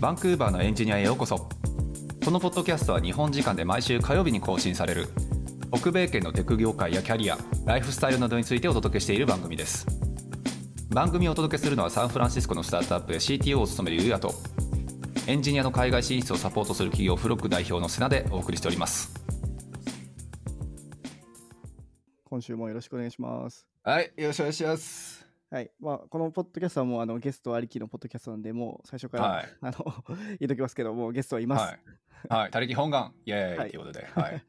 バンクーバーのエンジニアへようこそこのポッドキャストは日本時間で毎週火曜日に更新される北米圏のテク業界やキャリアライフスタイルなどについてお届けしている番組です番組をお届けするのはサンフランシスコのスタートアップで CTO を務めるゆうやとエンジニアの海外進出をサポートする企業フロック代表のセナでお送りしております今週もよろしくお願いします。はいよろしくお願いしますはい。まあ、このポッドキャストはもうあのゲストありきのポッドキャストなんで、もう最初から、はいあの 言っときますけど、もうゲストはいます。はいはい他力本願イエーイ、はいということではい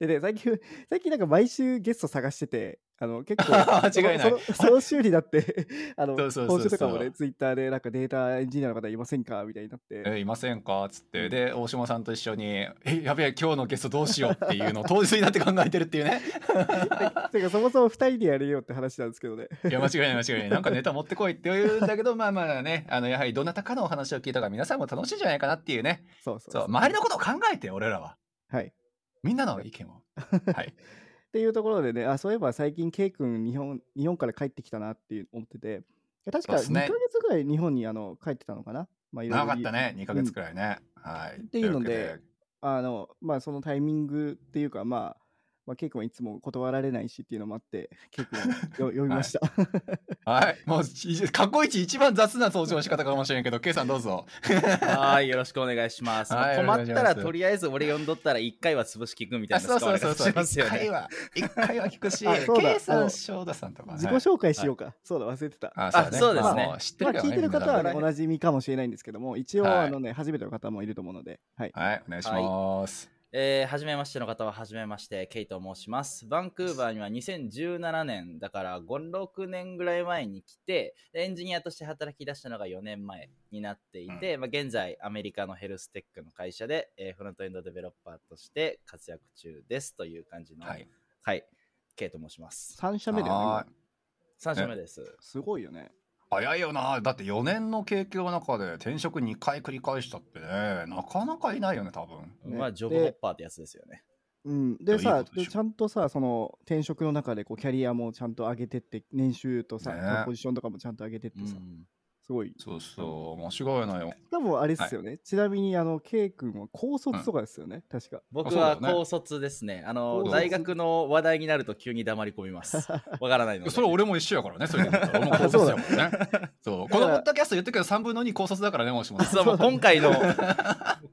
でで、最近、 最近なんか毎週ゲスト探してて、あの結構、 間違いないそのそのその修理だって、 あの、そうそうそうそう今週とかもね、ツイッターでなんかデータエンジニアの方いませんかみたいにな って、えいませんかつってで大島さんと一緒に「えやべえ今日のゲストどうしよう」っていうのを当日になって考えてるっていう ねてかそもそも2人でやれよって話なんですけどね。 いや間違いない間違いないなんかネタ持ってこいって言うんだけどまあまあねあのやはりどなたかのお話を聞いたから皆さんも楽しいんじゃないかなっていうねそうそうそう周りのことを考えて俺らははい。っみんなの意見 をはいていうところでね、あ、そういえば最近、K 君日本、日本から帰ってきたなっていう思ってて、確そかうっす2ねヶ月ぐらい日本にあの帰ってたのかな、まあ、いろいろ長かったね2ヶ月くらいね、はいっていうのでとあの、まあ、そのタイミングっていうか、まあ、まあ、ケイ君はいつも断られないしっていうのもあって、 ケイ君をよ呼びました。わけではいもうい過去一一番雑な登場の仕方かもしれんけど K さんどうぞはい、よろしくお願いします。まあはい困っお願いしたまら、すとりあえず俺呼んどったら、一回は潰し聞くみたいな使そうわそうれそうそ方うします一よ回ね。は一回は聞くし あそうだ K あさんの翔太さんとか自己はい紹介しようか。そうだ、忘れてた。ああそうですねまあ知ってまあ、るけどね聞いてる方みんなは、多分ね、おなじみかもしれないんですけども、一応、はいあのね、初めての方もいると思うので、はい。はい、お願いします。えー、はじめましての方は、はじめまして、ケイと申します。バンクーバーには2017年、だから5、6年ぐらい前に来て、でエンジニアとして働き出したのが4年前になっていて、まあ、現在、アメリカのヘルステックの会社で、えーフロントエンドデベロッパーとして活躍中ですという感じの、ははい、い。ケイと申します。 3社目だよはねい。 3社目です。すごいよね。早いよな。だって4年の経験の中で転職2回繰り返したってね、なかなかいないよね、多分。ねまあ、ジョブホッパーってやつですよね。うん、いでやいいさことでしょでちゃんとさその転職の中でこうキャリアもちゃんと上げてって年収とさ、ねポジションとかもちゃんと上げてってさ、うんすごいそうそう、間違いないよ。しかもあれっすよね、ちなみにあの K 君は高卒とかですよね、確か僕あはそうだよね高卒ですね。あの高卒大学の話題になると急に黙り込みます。 わからないので。それ俺も一緒やからね、それで言ったら。俺も高卒や からね。そう。このポッドキャスト言ってるけど3分の2高卒だからね、もし も。そうもう今回の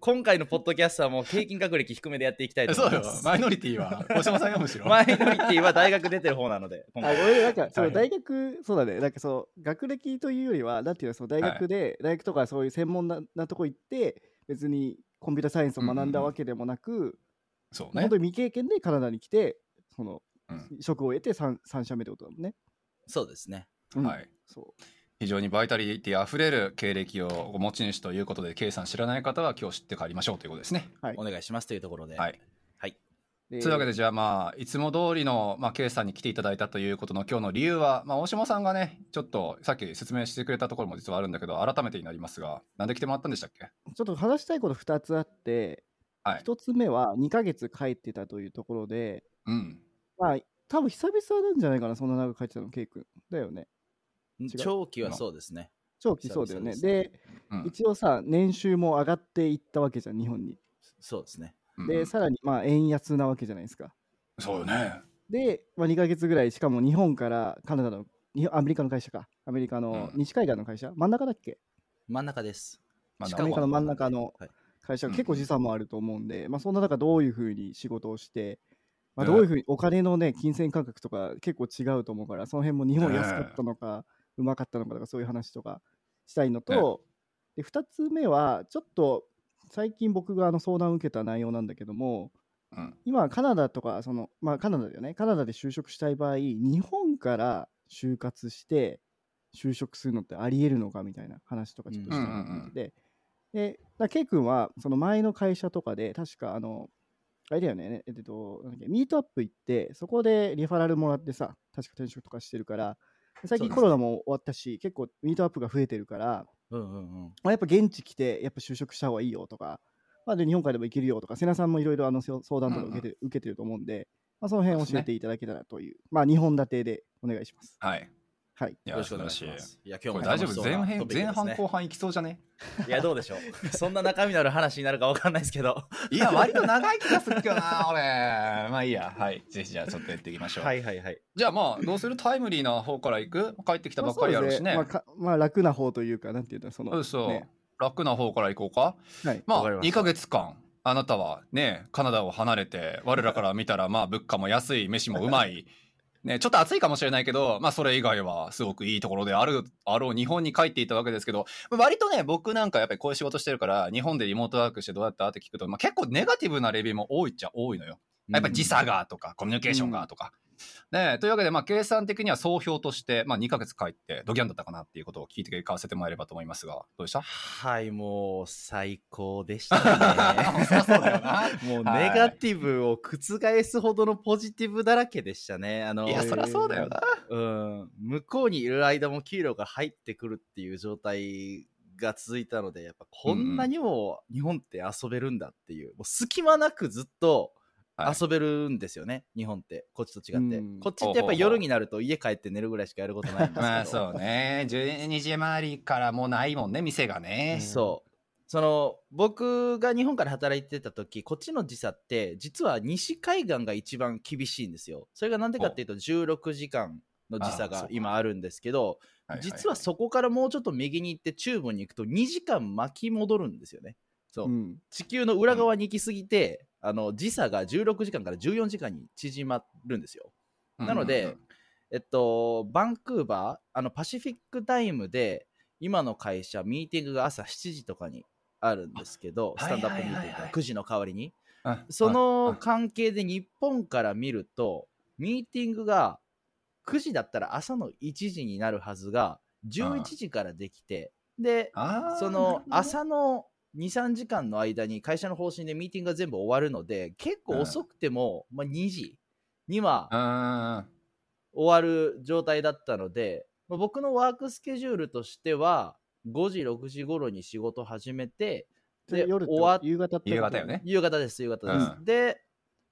今回のポッドキャストはもう平均学歴低めでやっていきたいとそ思ういまよ。す。マイノリティは。大島さんよ、む しろ。マイノリティは大学出てる方な ので、今あ回俺なんかそはのい大学そうだねなんかそう学歴というよりはなんていうのその大学で、大学とかそういう専門ななとこ行って別にコンピューターサイエンスを学んだわけでもなく、そうね本当。に未経験でカナダに来てその、うん職を得て 3, 三社目ってことだもんね、そうですね。うんはい。そ非常にバイタリティあふれる経歴をお持ち主ということで、K さん知らない方は今日知って帰りましょうということですね。はいお願いしますというところで。はい。うでというわけでじゃあまあいつも通りの、まあ、K さんに来ていただいたということの今日の理由は、まあ、大島さんがねちょっとさっき説明してくれたところも実はあるんだけど改めてになりますがなんで来てもらったんでしたっけちょっと話したいこと2つあって、はい1つ目は2ヶ月帰ってたというところでうんまあ多分久々なんじゃないかなそんな長く帰ってたのケイ君だよねん違う長期はそうですね。長期そうだよね久々でですうん一応さ年収も上がっていったわけじゃん日本にそうですね。うんでさらにまあ円安なわけじゃないですかそうよねで、まあ、2ヶ月ぐらいしかも日本からカナダのにアメリカの会社かアメリカのうん西海岸の会社、真ん中だっけ真ん中です。まあしアかメリもカの真ん中のはい会社うがん結構時差もあると思うんで、まあ、そんな中どういうふうに仕事をして、まあ、ねどういうふうにお金のね金銭感覚とか結構違うと思うからその辺も日本ね安かったのかうまかったのかとかそういう話とかしたいのと、で2つ目はちょっと最近僕があの相談を受けた内容なんだけどもうん今カナダとかその、まあ、カナダだよねカナダで就職したい場合日本から就活して就職するのってありえるのかみたいな話とかちょっとしたいなと思ってて、でだケイ君はその前の会社とかで確かあのあれだよねえっとなんだっけミートアップ行ってそこでリファラルもらってさ確か転職とかしてるから最そ近うですねコロナも終わったし、結構ミートアップが増えてるから、うんうんうん。まあ、やっぱ現地来てやっぱ就職した方がいいよとか、まあ、で日本からでも行けるよとか瀬名さんもいろいろあのそう相談とか受けて,、受けてると思うんで、まあ、その辺そうです教ねえていただけたらというまあ2本立てでお願いします。はいはい。いやよろしくお願いし素晴まらす。いや、こ今日もれ大丈楽し夫そう前な編トピック前ですね半後半いきそうじゃねいや、どうでしょう。そんな中身のある話になるかわかんないですけど。いや割と長い気がするけどな俺 まあいいやはいぜひじゃあちょっとやっていきましょう、いはいはい。じゃあまあどうするタイムリーな方からいく帰ってきたばっかりやろうしねまあ、かまあ楽な方というか、なんていうんだ、その。そうそう、ね楽な方からいこうかはい。まあわかりまし2たヶ月間あなたはねカナダを離れて我らから見たらまあ物価も安い飯もうまい、ね、ちょっと暑いかもしれないけど、まあ、それ以外はすごくいいところであるあろう日本に帰っていたわけですけどまあ割とね僕なんかやっぱりこういう仕事してるから日本でリモートワークしてどうやったって聞くと、まあ、結構ネガティブなレビューも多いっちゃ多いのよ。やっぱり時差がとかコミュニケーションがとか。ね、というわけで、まあ、計算的には総評として、まあ、2ヶ月帰ってドギャンだったかなっていうことを聞いて買わせてもらえればと思いますがどうでしたはい、もう最高でした ね。そりゃそうだよな もうはいネガティブを覆すほどのポジティブだらけでしたね。あの、いや、そりゃそうだよな。うん、向こうにいる間も給料が入ってくるっていう状態が続いたので、やっぱこんなにも日本って遊べるんだっていう、もう隙間なくずっとはい遊べるんですよね、日本って、こっちと違って。うんこっちってやっぱ夜になると家帰って寝るぐらいしかやることないんですけど。 まあそうね、12時回りからもうないもんね、店がね。そう。その僕が日本から働いてた時こっちの時差って実は西海岸が一番厳しいんですよそれがなんでかっていうと16時間の時差あーそうがか今あるんですけどはいはい実はそこからもうちょっと右に行って中部に行くと2時間巻き戻るんですよねそう、うん。地球の裏側に行き過ぎて、あの時差が16時間から14時間に縮まるんですようんなのうんうでん、えっと、バンクーバー、あの、パシフィックタイムで、今の会社、ミーティングが朝7時とかにあるんですけど、あスタンドアップミーはいはテいはいはィングいが9時の代わりに。うんそうんの関係で日本から見ると、ミーティングが9時だったら朝の1時になるはずが、11時からできて、で、あーそなるのほど朝の23時間の間に会社の方針でミーティングが全部終わるので結構遅くても、まあ、2時にはうんうんうん終わる状態だったので、まあ僕のワークスケジュールとしては5時6時頃に仕事始めてそれ夜終わとっ夕方ってこと夕方よね夕方です夕方です、うで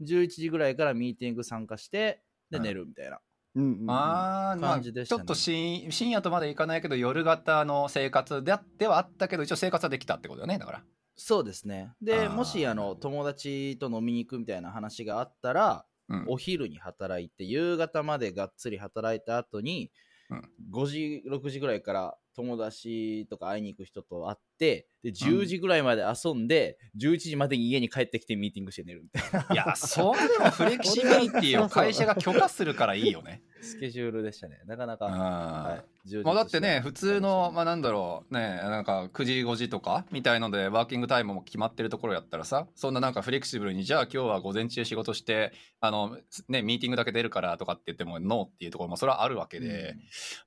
11時ぐらいからミーティング参加してでうん寝るみたいな、うんうんうん。あーまあ感じでしたねちょっと深深夜とまでいかないけど夜型の生活であってはあったけど一応生活はできたってことだよねだからそうですねあでーもしあの友達と飲みに行くみたいな話があったらうんお昼に働いて夕方までがっつり働いた後に、うん5時6時ぐらいから友達とか会いに行く人と会ってで10時ぐらいまで遊んで、11時までに家に帰ってきてミーティングして寝るみたいいやそれでもフレキシビリティを会社が許可するからいいよねなスケジュールでしたねなかなか、うんはい、充実したまあだってね普通のまああなんだろうねなんか9時5時とかみたいのでワーキングタイムも決まってるところやったらさそんななんかフレキシブルにじゃあ今日は午前中仕事してあのねミーティングだけ出るからとかって言ってもノーっていうところもそれはあるわけで、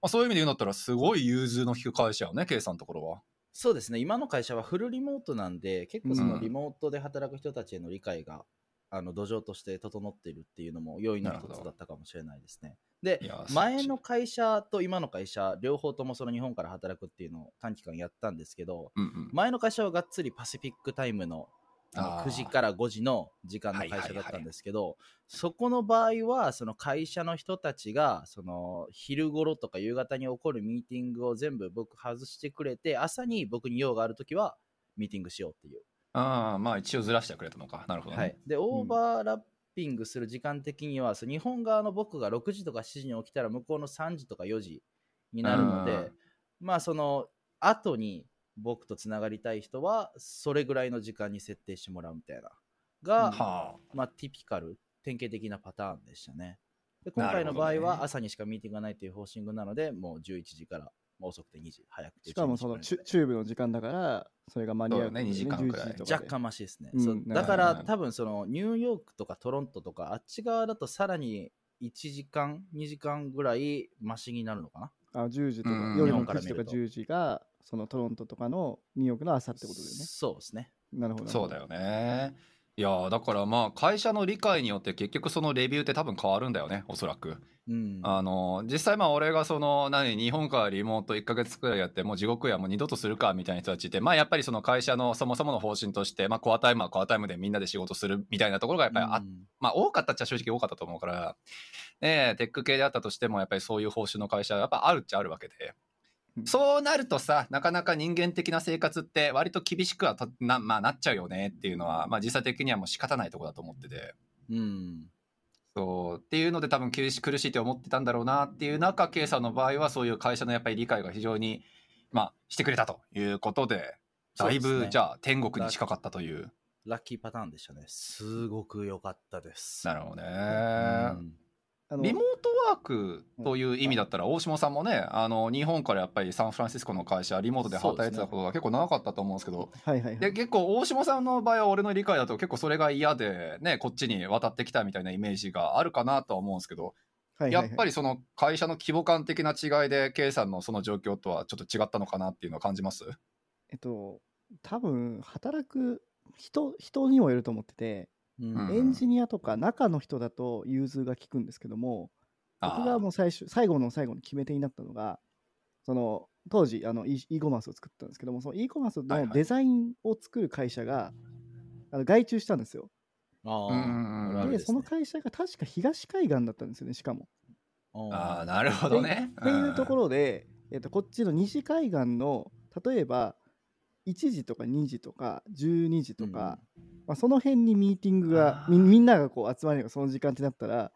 まあ、そういう意味で言うんだったらすごい融通の利く会社よね K さんのところは。そうですね今の会社はフルリモートなんで結構そうのんリモートで働く人たちへの理解が、あの土壌として整っているっていうのも要因のなる一ほどつだったかもしれないですねでいやー前の、会社と今の会社両方ともその日本から働くっていうのを短期間やったんですけどうんうん、前の会社はがっつりパシフィックタイムのあのあー9時から5時の時間の会社だったんですけど、そこの場合はその会社の人たちがその昼頃とか夕方に起こるミーティングを全部僕外してくれて朝に僕に用がある時はミーティングしようっていうああまあ一応ずらしてはくれたのかなるほどね。はい、でオーバーラッピングする時間的には、そう日本側の僕が6時とか7時に起きたら向こうの3時とか4時になるので、うんまあその後に僕とつながりたい人はそれぐらいの時間に設定してもらうみたいなが、はまあティピカル典型的なパターンでしたねで今なるほどね回の場合は朝にしかミーティングがないという方針なのでもう11時からまあ遅くて2時早くてしかもその11時チぐュらいチューブの時間だから、それが間に合うそうだね2時間11くらい時とかで若干マシですね、うんそうなだかうらん多分そのニューヨークとかトロントとかあっち側だとさらに1時間2時間ぐらいマシになるのかなあ10時とか、うん夜日の本から9見時るととか10時が、そのトロントとかのニューヨークの朝ってことだよね。そうですねなるほあど。そうだよね。いやーだからまあ会社の理解によって結局そのレビューって多分変わるんだよねおそらく。うん。あの実際まあ俺がその何日本からリモート1ヶ月くらいやってもう地獄やもう二度とするかみたいな人たちってまあやっぱりその会社のそもそもの方針としてまあコアタイムはコアタイムでみんなで仕事するみたいなところがやっぱりあっうんまあ多かったっちゃ正直多かったと思うから、ねえ、テック系であったとしてもやっぱりそういう報酬の会社はやっぱあるっちゃあるわけで。そうなるとさ、なかなか人間的な生活って割と厳しくはたな,、まあ、なっちゃうよねっていうのは、まあ実際的にはもう仕方ないとこだと思ってて。うん。そうっていうので多分苦し苦しいと思ってたんだろうなっていう中、K さんの場合はそういう会社のやっぱり理解が非常に、まあ、してくれたということで、だいぶじゃゃあ天国に近かったという。ラッキーパターンでしたね。すごく良かったです。なるほどね。うんあのリモートワークという意味だったら、大島さんもね、あの日本からやっぱりサンフランシスコの会社、リモートで働いてたことが結構長かったと思うんですけど、はいはいはでい。結構、大島さんの場合は、俺の理解だと、結構それが嫌で、ね、こっちに渡ってきたみたいなイメージがあるかなとは思うんですけど、はいやはっいぱはいりその会社の規模感的な違いで、K さんのその状況とはちょっと違ったのかなっていうのを感じます。えっと、多分働く人人にもよると思ってて、うんエンジニアとか中の人だと融通が利くんですけども、僕がもう最終最後の最後に決め手になったのがその当時あの e, e コマースを作ったんですけどもその e コマースはいのはいデザインを作る会社が、あの外注したんですよあうんうんうんーあるあでるですそのね。会社が確か東海岸だったんですよねしかもあーあなるほどね。っていうところろで、えっとこっちの西海岸の例えば1時とか2時とか12時とか、まあ、その辺にミーティングがみあーみんながこう集まるのがその時間ってなったら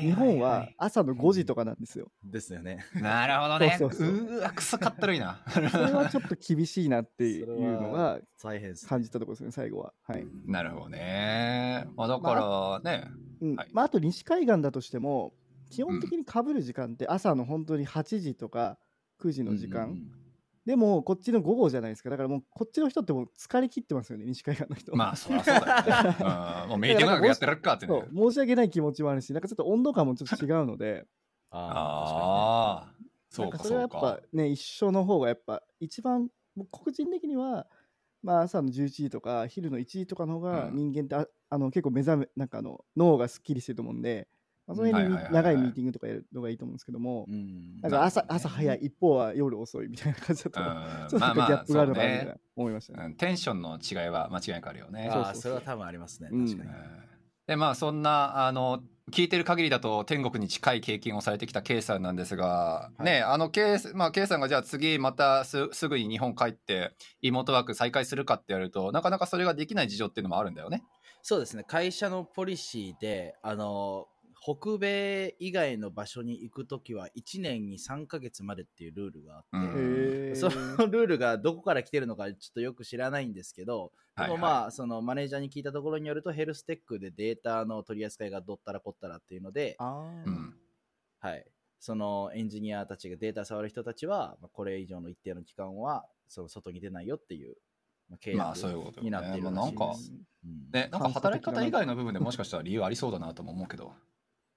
日本は朝の5時とかなんですよ。ーですよね。なるほどね。うそうそうそうーわ、くそかったるいな。それはちょっと厳しいなっていう のが大変ですね。感じたところですね、最後は。はいなるほどね。まあ、だからね、うんはいまあ、あと西海岸だとしても、基本的にかぶる時間って朝の本当に8時とか9時の時間、うんでもこっちの午後じゃないですか、だからもうこっちの人ってもう疲れ切ってますよね、西海岸の人。まあそりゃそうだよね。 うんもうミーティングなんかやってらっかってそねう。申し訳ない気持ちもあるし、なんかちょっと温度感もちょっと違うので、あああ、 そなんうかそれそはやうっぱか。ね、一緒の方がやっぱ一番、僕個人的には、まあ、朝の11時とか昼の1時とかの方がうん人間ってあ、あの結構目覚めなんかあの脳がすっきりしてると思うんで、まあ、その辺うんにはいはいはいは長いいミーティングとかやるのがいいと思うんですけども確かにね。、うんなんか朝,、なるほどね朝早い一方は夜遅いみたいな感じだと、うん ちょっまとなあんかギャまあッ、プがそあうるのかなみたいねな。思いましたね。うんテンションの違いは間違いなくあるよね。あそうそうそあ、うそれは多分ありますね。うん確かに。でまあそんなあの聞いてる限りだと天国に近い経験をされてきた K さんなんですが、はいねあの K,、まあ、K さんがじゃあ次またすすぐに日本帰ってリモートワーク再開するかってやるとなかなかそれができない事情っていうのもあるんだよね。そうですね。会社のポリシーで、あの、北米以外の場所に行くときは1年に3ヶ月までっていうルールがあって、うんへーそのルールがどこから来てるのかちょっとよく知らないんですけど、でもはいはいまあ、そのマネージャーに聞いたところによると、ヘルステックでデータの取り扱いがどったらこったらっていうので、あーうんはい、そのエンジニアたちがデータ触る人たちは、まあこれ以上の一定の期間は、その外に出ないよっていう、まあ、契まあそうい約うことよにね。なっているまあらなしんいかです。うんね、なんか働き方以外の部分でもしかしたら理由ありそうだなとも思うけど。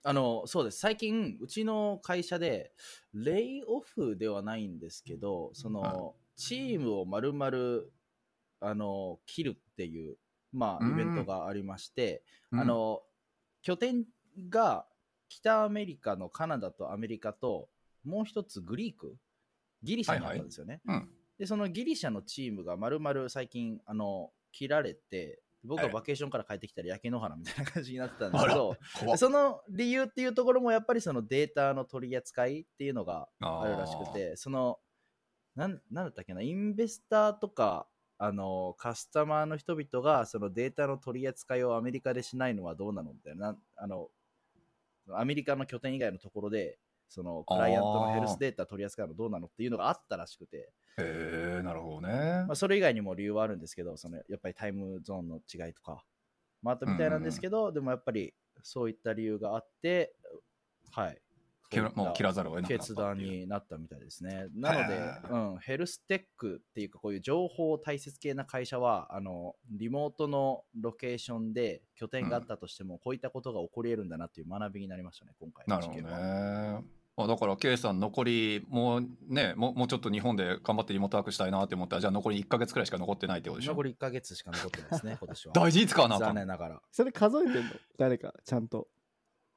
あのそうです最近うちの会社でレイオフではないんですけどそのチームを丸々あの切るっていう、まあ、うイんベントがありまして、うんあの拠点が北アメリカのカナダとアメリカともう一つグリークギリシャにあったんですよね、うんでそのギリシャのチームが丸々最近あの切られて僕はバケーションから帰ってきたら焼け野原みたいな感じになってたんですけど怖っその理由っていうところもやっぱりそのデータの取り扱いっていうのがああるらしくてそのなんなんだったっけなインベスターとかあのカスタマーの人々がそのデータの取り扱いをアメリカでしないのはどうなのみたいななんあのアメリカの拠点以外のところでそのクライアントのヘルスデータ取り扱いのどうなのっていうのがあったらしくて、ーへえなるほどねまあ、。それ以外にも理由はあるんですけどそのやっぱりタイムゾーンの違いとか、まあ、あとみたいなんですけど、でもやっぱりそういった理由があってはいけらもう切らざるを得なくなったって決いう断になったみたいですね。なので、うん、ヘルステックっていうか、こういう情報大切系な会社は、あの、リモートのロケーションで拠点があったとしても、こういったことが起こり得るんだなっていう学びになりましたね、今回なのる事ほど件は。ね。あだから K さん残りもうねもうもうちょっと日本で頑張ってリモートワークしたいなって思ったらじゃあ残り1か月くらいしか残ってないってことでしょ残り1ヶ月しか残ってない ですね、今年は。大事に使わなあか残ん念ながら。それ数えてんの誰か、ちゃんと。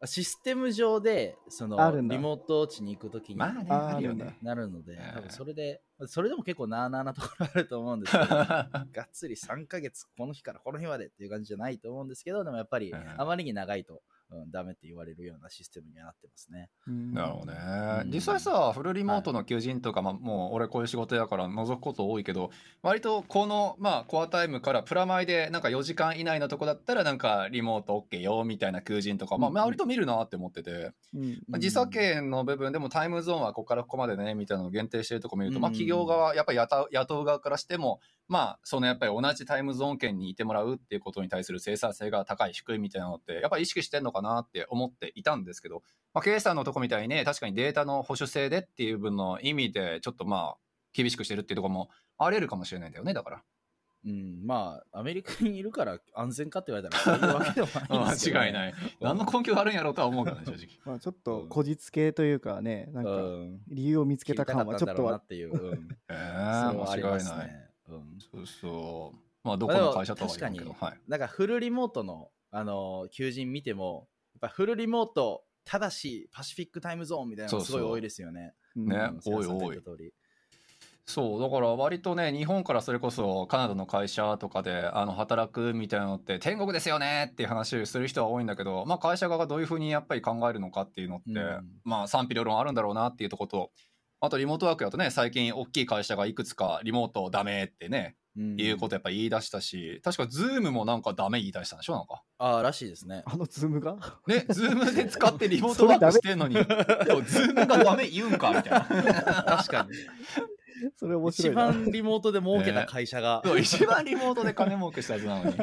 あシステム上で、そのあるんだリモート地に行くときにまあねあーあるよあるねなるので、ええ多分それで、それでも結構なあなあなところあると思う んですけど、がっつり3ヶ月、この日からこの日までっていう感じじゃないと思うんですけど、でもやっぱりええあまりに長いと、うん、ダメって言われるようなシステムにはなってますね。なるほどね、うん実際さフルリモートの求人とか、まあ、もう俺こういう仕事やから覗くこと多いけど割とこの、まあ、コアタイムからプラマイでなんか4時間以内のとこだったらなんかリモート OK よみたいな求人とか、まあ、うんうん割と見るなって思ってて、うんまあ時差圏の部分でもタイムゾーンはここからここまでねみたいなのを限定してるとこ見ると、まあ、うん企業側やっぱり雇う雇う側からしてもまあそのやっぱり同じタイムゾーン圏にいてもらうっていうことに対する生産性が高い低いみたいなのってやっぱり意識してんのかなって思っていたんですけど、まあ、経営者のとこみたいにね確かにデータの保守性でっていう分の意味でちょっとまあ厳しくしてるっていうところもあり得るかもしれないんだよねだから。うん、まあ、アメリカにいるから安全かって言われたら、そういうわけではないんです け ど、間違いない。何の根拠があるんやろうとは思うからね正直。まあ、ちょっとこじつけというかね、なんうかん、理由を見つけた感はちょっとなはっ。ていう、うん、え それー、はあり間ま違いすない。ね。うんそうそう。まあどこの会社とは言わんけど、まあでもはい。なんかフルリモートの、あのー求人見ても、やっぱフルリモート、ただし、パシフィックタイムゾーンみたいなのがすごいそうそう多いですよね。うんねうん菅さ多んいの多い言った通りそうだから割とね日本からそれこそカナダの会社とかであの働くみたいなのって天国ですよねっていう話をする人は多いんだけど、まあ、会社側がどういうふうにやっぱり考えるのかっていうのって、うんまあ賛否両論あるんだろうなっていうとことあとリモートワークやとね最近大きい会社がいくつかリモートダメってね、うんいうことやっぱ言い出したし確かズームもなんかダメ言い出したんでしょなんかああ、らしいですね。あのズームが ねズームで使ってリモートワークしてんのにでもズームがダメ言うんかみたいな確かに。それ 面白一いな。番リモートで儲けた会社が。そう一番リモートで金儲けしたはずなのに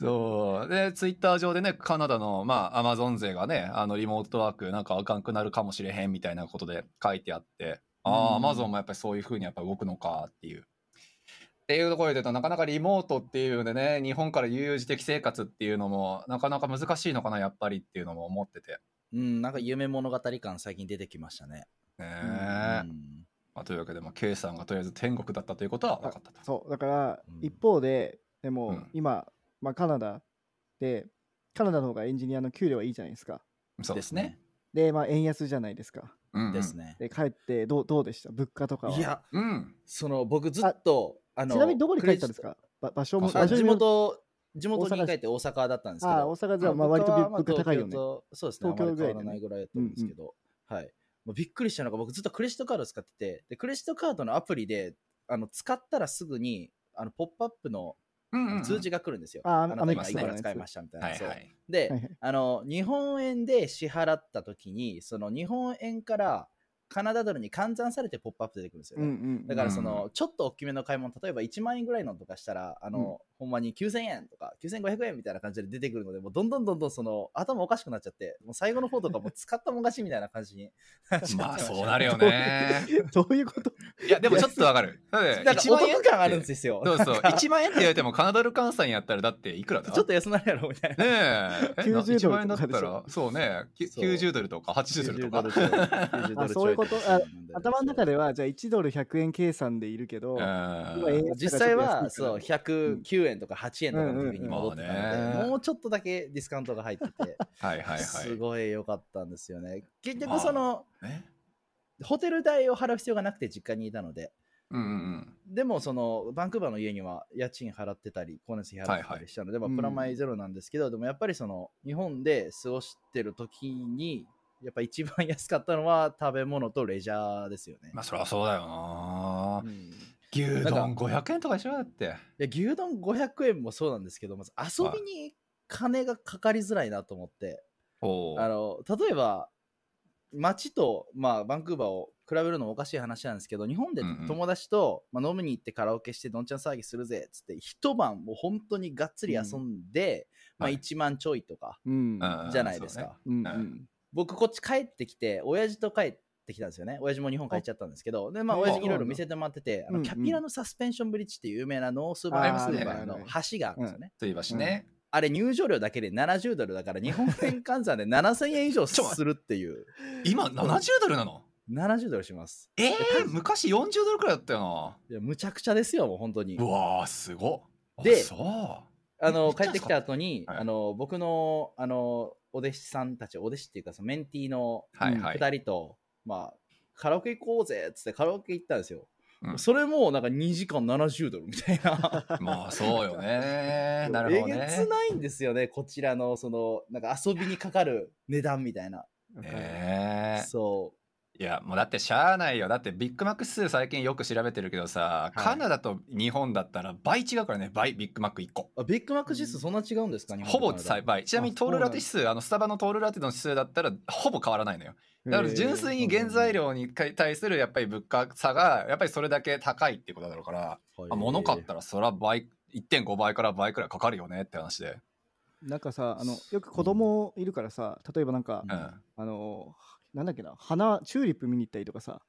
そうでツイッター上でねカナダのまあアマゾン勢がねあのリモートワークなんかあかんくなるかもしれへんみたいなことで書いてあってああアうんマゾンもやっぱりそういうふうにやっぱ動くのかっていう。っていうところで言うとなかなかリモートっていうのでね日本から悠々自適生活っていうのもなかなか難しいのかなやっぱりっていうのも思ってて。うん、なんか夢物語感最近出てきましたね。ねえうんまあ、というわけで、まあ、K さんがとりあえず天国だったということは分かったと。そう、だからうん一方で、でうもん今、まあ、カナダで、カナダの方がエンジニアの給料はいいじゃないですか。そうですね。。で、まあ、円安じゃないですか。うんうんです。ね。で、帰ってどうどうでした物価とかは。いや、うん。その僕ずっと、あのちなみにどこに帰ったんですかば場所もあそう場あ所に地も元、地元に帰って大阪だったんですけど。あ大阪じゃあまあ僕割とは物価高いよねま。あ東京とそうですね。東京ぐらいだねあまり変わらないぐらいだと思うんですけど。はい。もうびっくりしたのが、僕ずっとクレジットカード使ってて、でクレジットカードのアプリで、あの使ったらすぐに、あのポップアップのうんうんうん通知が来るんですよ。ああなたアメック今スいとくからのやつ使いましたみたいな。はいそうはい。で、はいはいあの日本円で支払った時にその日本円からカナダドルに換算されてポップアップ出てくるんですようんね、うんうんだからそうんうんの、ちょっと大きめの買い物例えば1万円ぐらいのとかしたらあの、うんほんまに9000円とか9500円みたいな感じで出てくるのでもうどんどんどんどんその頭おかしくなっちゃってもう最後の方とかもう使ったもん勝ちみたいな感じになっ ちゃってまあましたそうなるよね。 どういうこといやでもちょっとわかる。だってなんか1お万円得感あるんですよそうそう1万円って言われてもカナダル換算やったらだっていくらだ ちょっと安なるやろみたいなねええな90 1万円だったドルとらかそうねきそう90ドルとか80ドルとか。 90ドルあそういうことちょとかなんで頭の中ではじゃあ1ドル100円計算でいるけど、今円安だから実際ちょっと安いはからそう109円とか8円とかの時に戻ってうたんうんうんのまあねでもうちょっとだけディスカウントが入っててうんはいはいはいす。ごい良かったんですよね結局そのねホテル代を払う必要がなくて実家にいたのでうんうんうんでもそのバンクーバーの家には家賃払ってたり光熱費払ってたりしたのでまうんあプラマイゼロなんですけどでもやっぱりその日本で過ごしてる時にやっぱ一番安かったのは食べ物とレジャーですよねまあそりゃそうだよなう。ん牛なんか丼500円とか一緒だって。いや牛丼500円もそうなんですけどまず遊びに金がかかりづらいなと思って、おあーの例えば街と、まあ、バンクーバーを比べるのもおかしい話なんですけど日本でうんうん友達と、まあ、飲みに行ってカラオケしてどんちゃん騒ぎするぜっつって一晩もう本当にがっつり遊んうんで、まあ、はい1万ちょいとかうんうんじゃないですか、そうねうんう僕こっち帰ってきて親父と帰ってきたんですよね親父も日本帰っちゃったんですけどでまああ親父にいろいそうなろんだ見せてもらっててあのうんうんキャピラのサスペンションブリッジっていう有名なノースーバーありますねスーバーの橋があるんですよねつり橋ね。あれ入場料だけで70ドルだから日本円換算で7000円以上 ちょするっていう今70ドルなの70ドルしますえー、昔40ドルくらいだったよいやむちゃくちゃですよもう本当になうわーすごっであそあのめっちゃ帰ってきた後に、はいあの僕のあのお弟子さんたちお弟子っていうかそのメンティーのうはいはい、 2人と、まあカラオケ行こうぜっつってカラオケ行ったんですよ、うんそれもなんか2時間70ドルみたいなまあそうよね なるえほどげねつないんですよねこちらのそのなんか遊びにかかる値段みたいな、わかるねそいやもうだってしゃあないよだってビッグマック数最近よく調べてるけどさ、はいカナダと日本だったら倍違うからね倍ビッグマック1個うあビッグマック指数そんな違うんですか、日本ほとぼカナダ倍ちなみにトールラテ指数あのスタバのトールラテの指数だったらほぼ変わらないのよだから純粋に原材料に対するやっぱり物価差がやっぱりそれだけ高いってことだろうから、はいあ物買ったらそら倍1.5倍から倍くらいかかるよねって話で、なんかさあのよく子供いるからさ例えばなんか、うんうんあのなんだっけな花チューリップ見に行ったりとかさ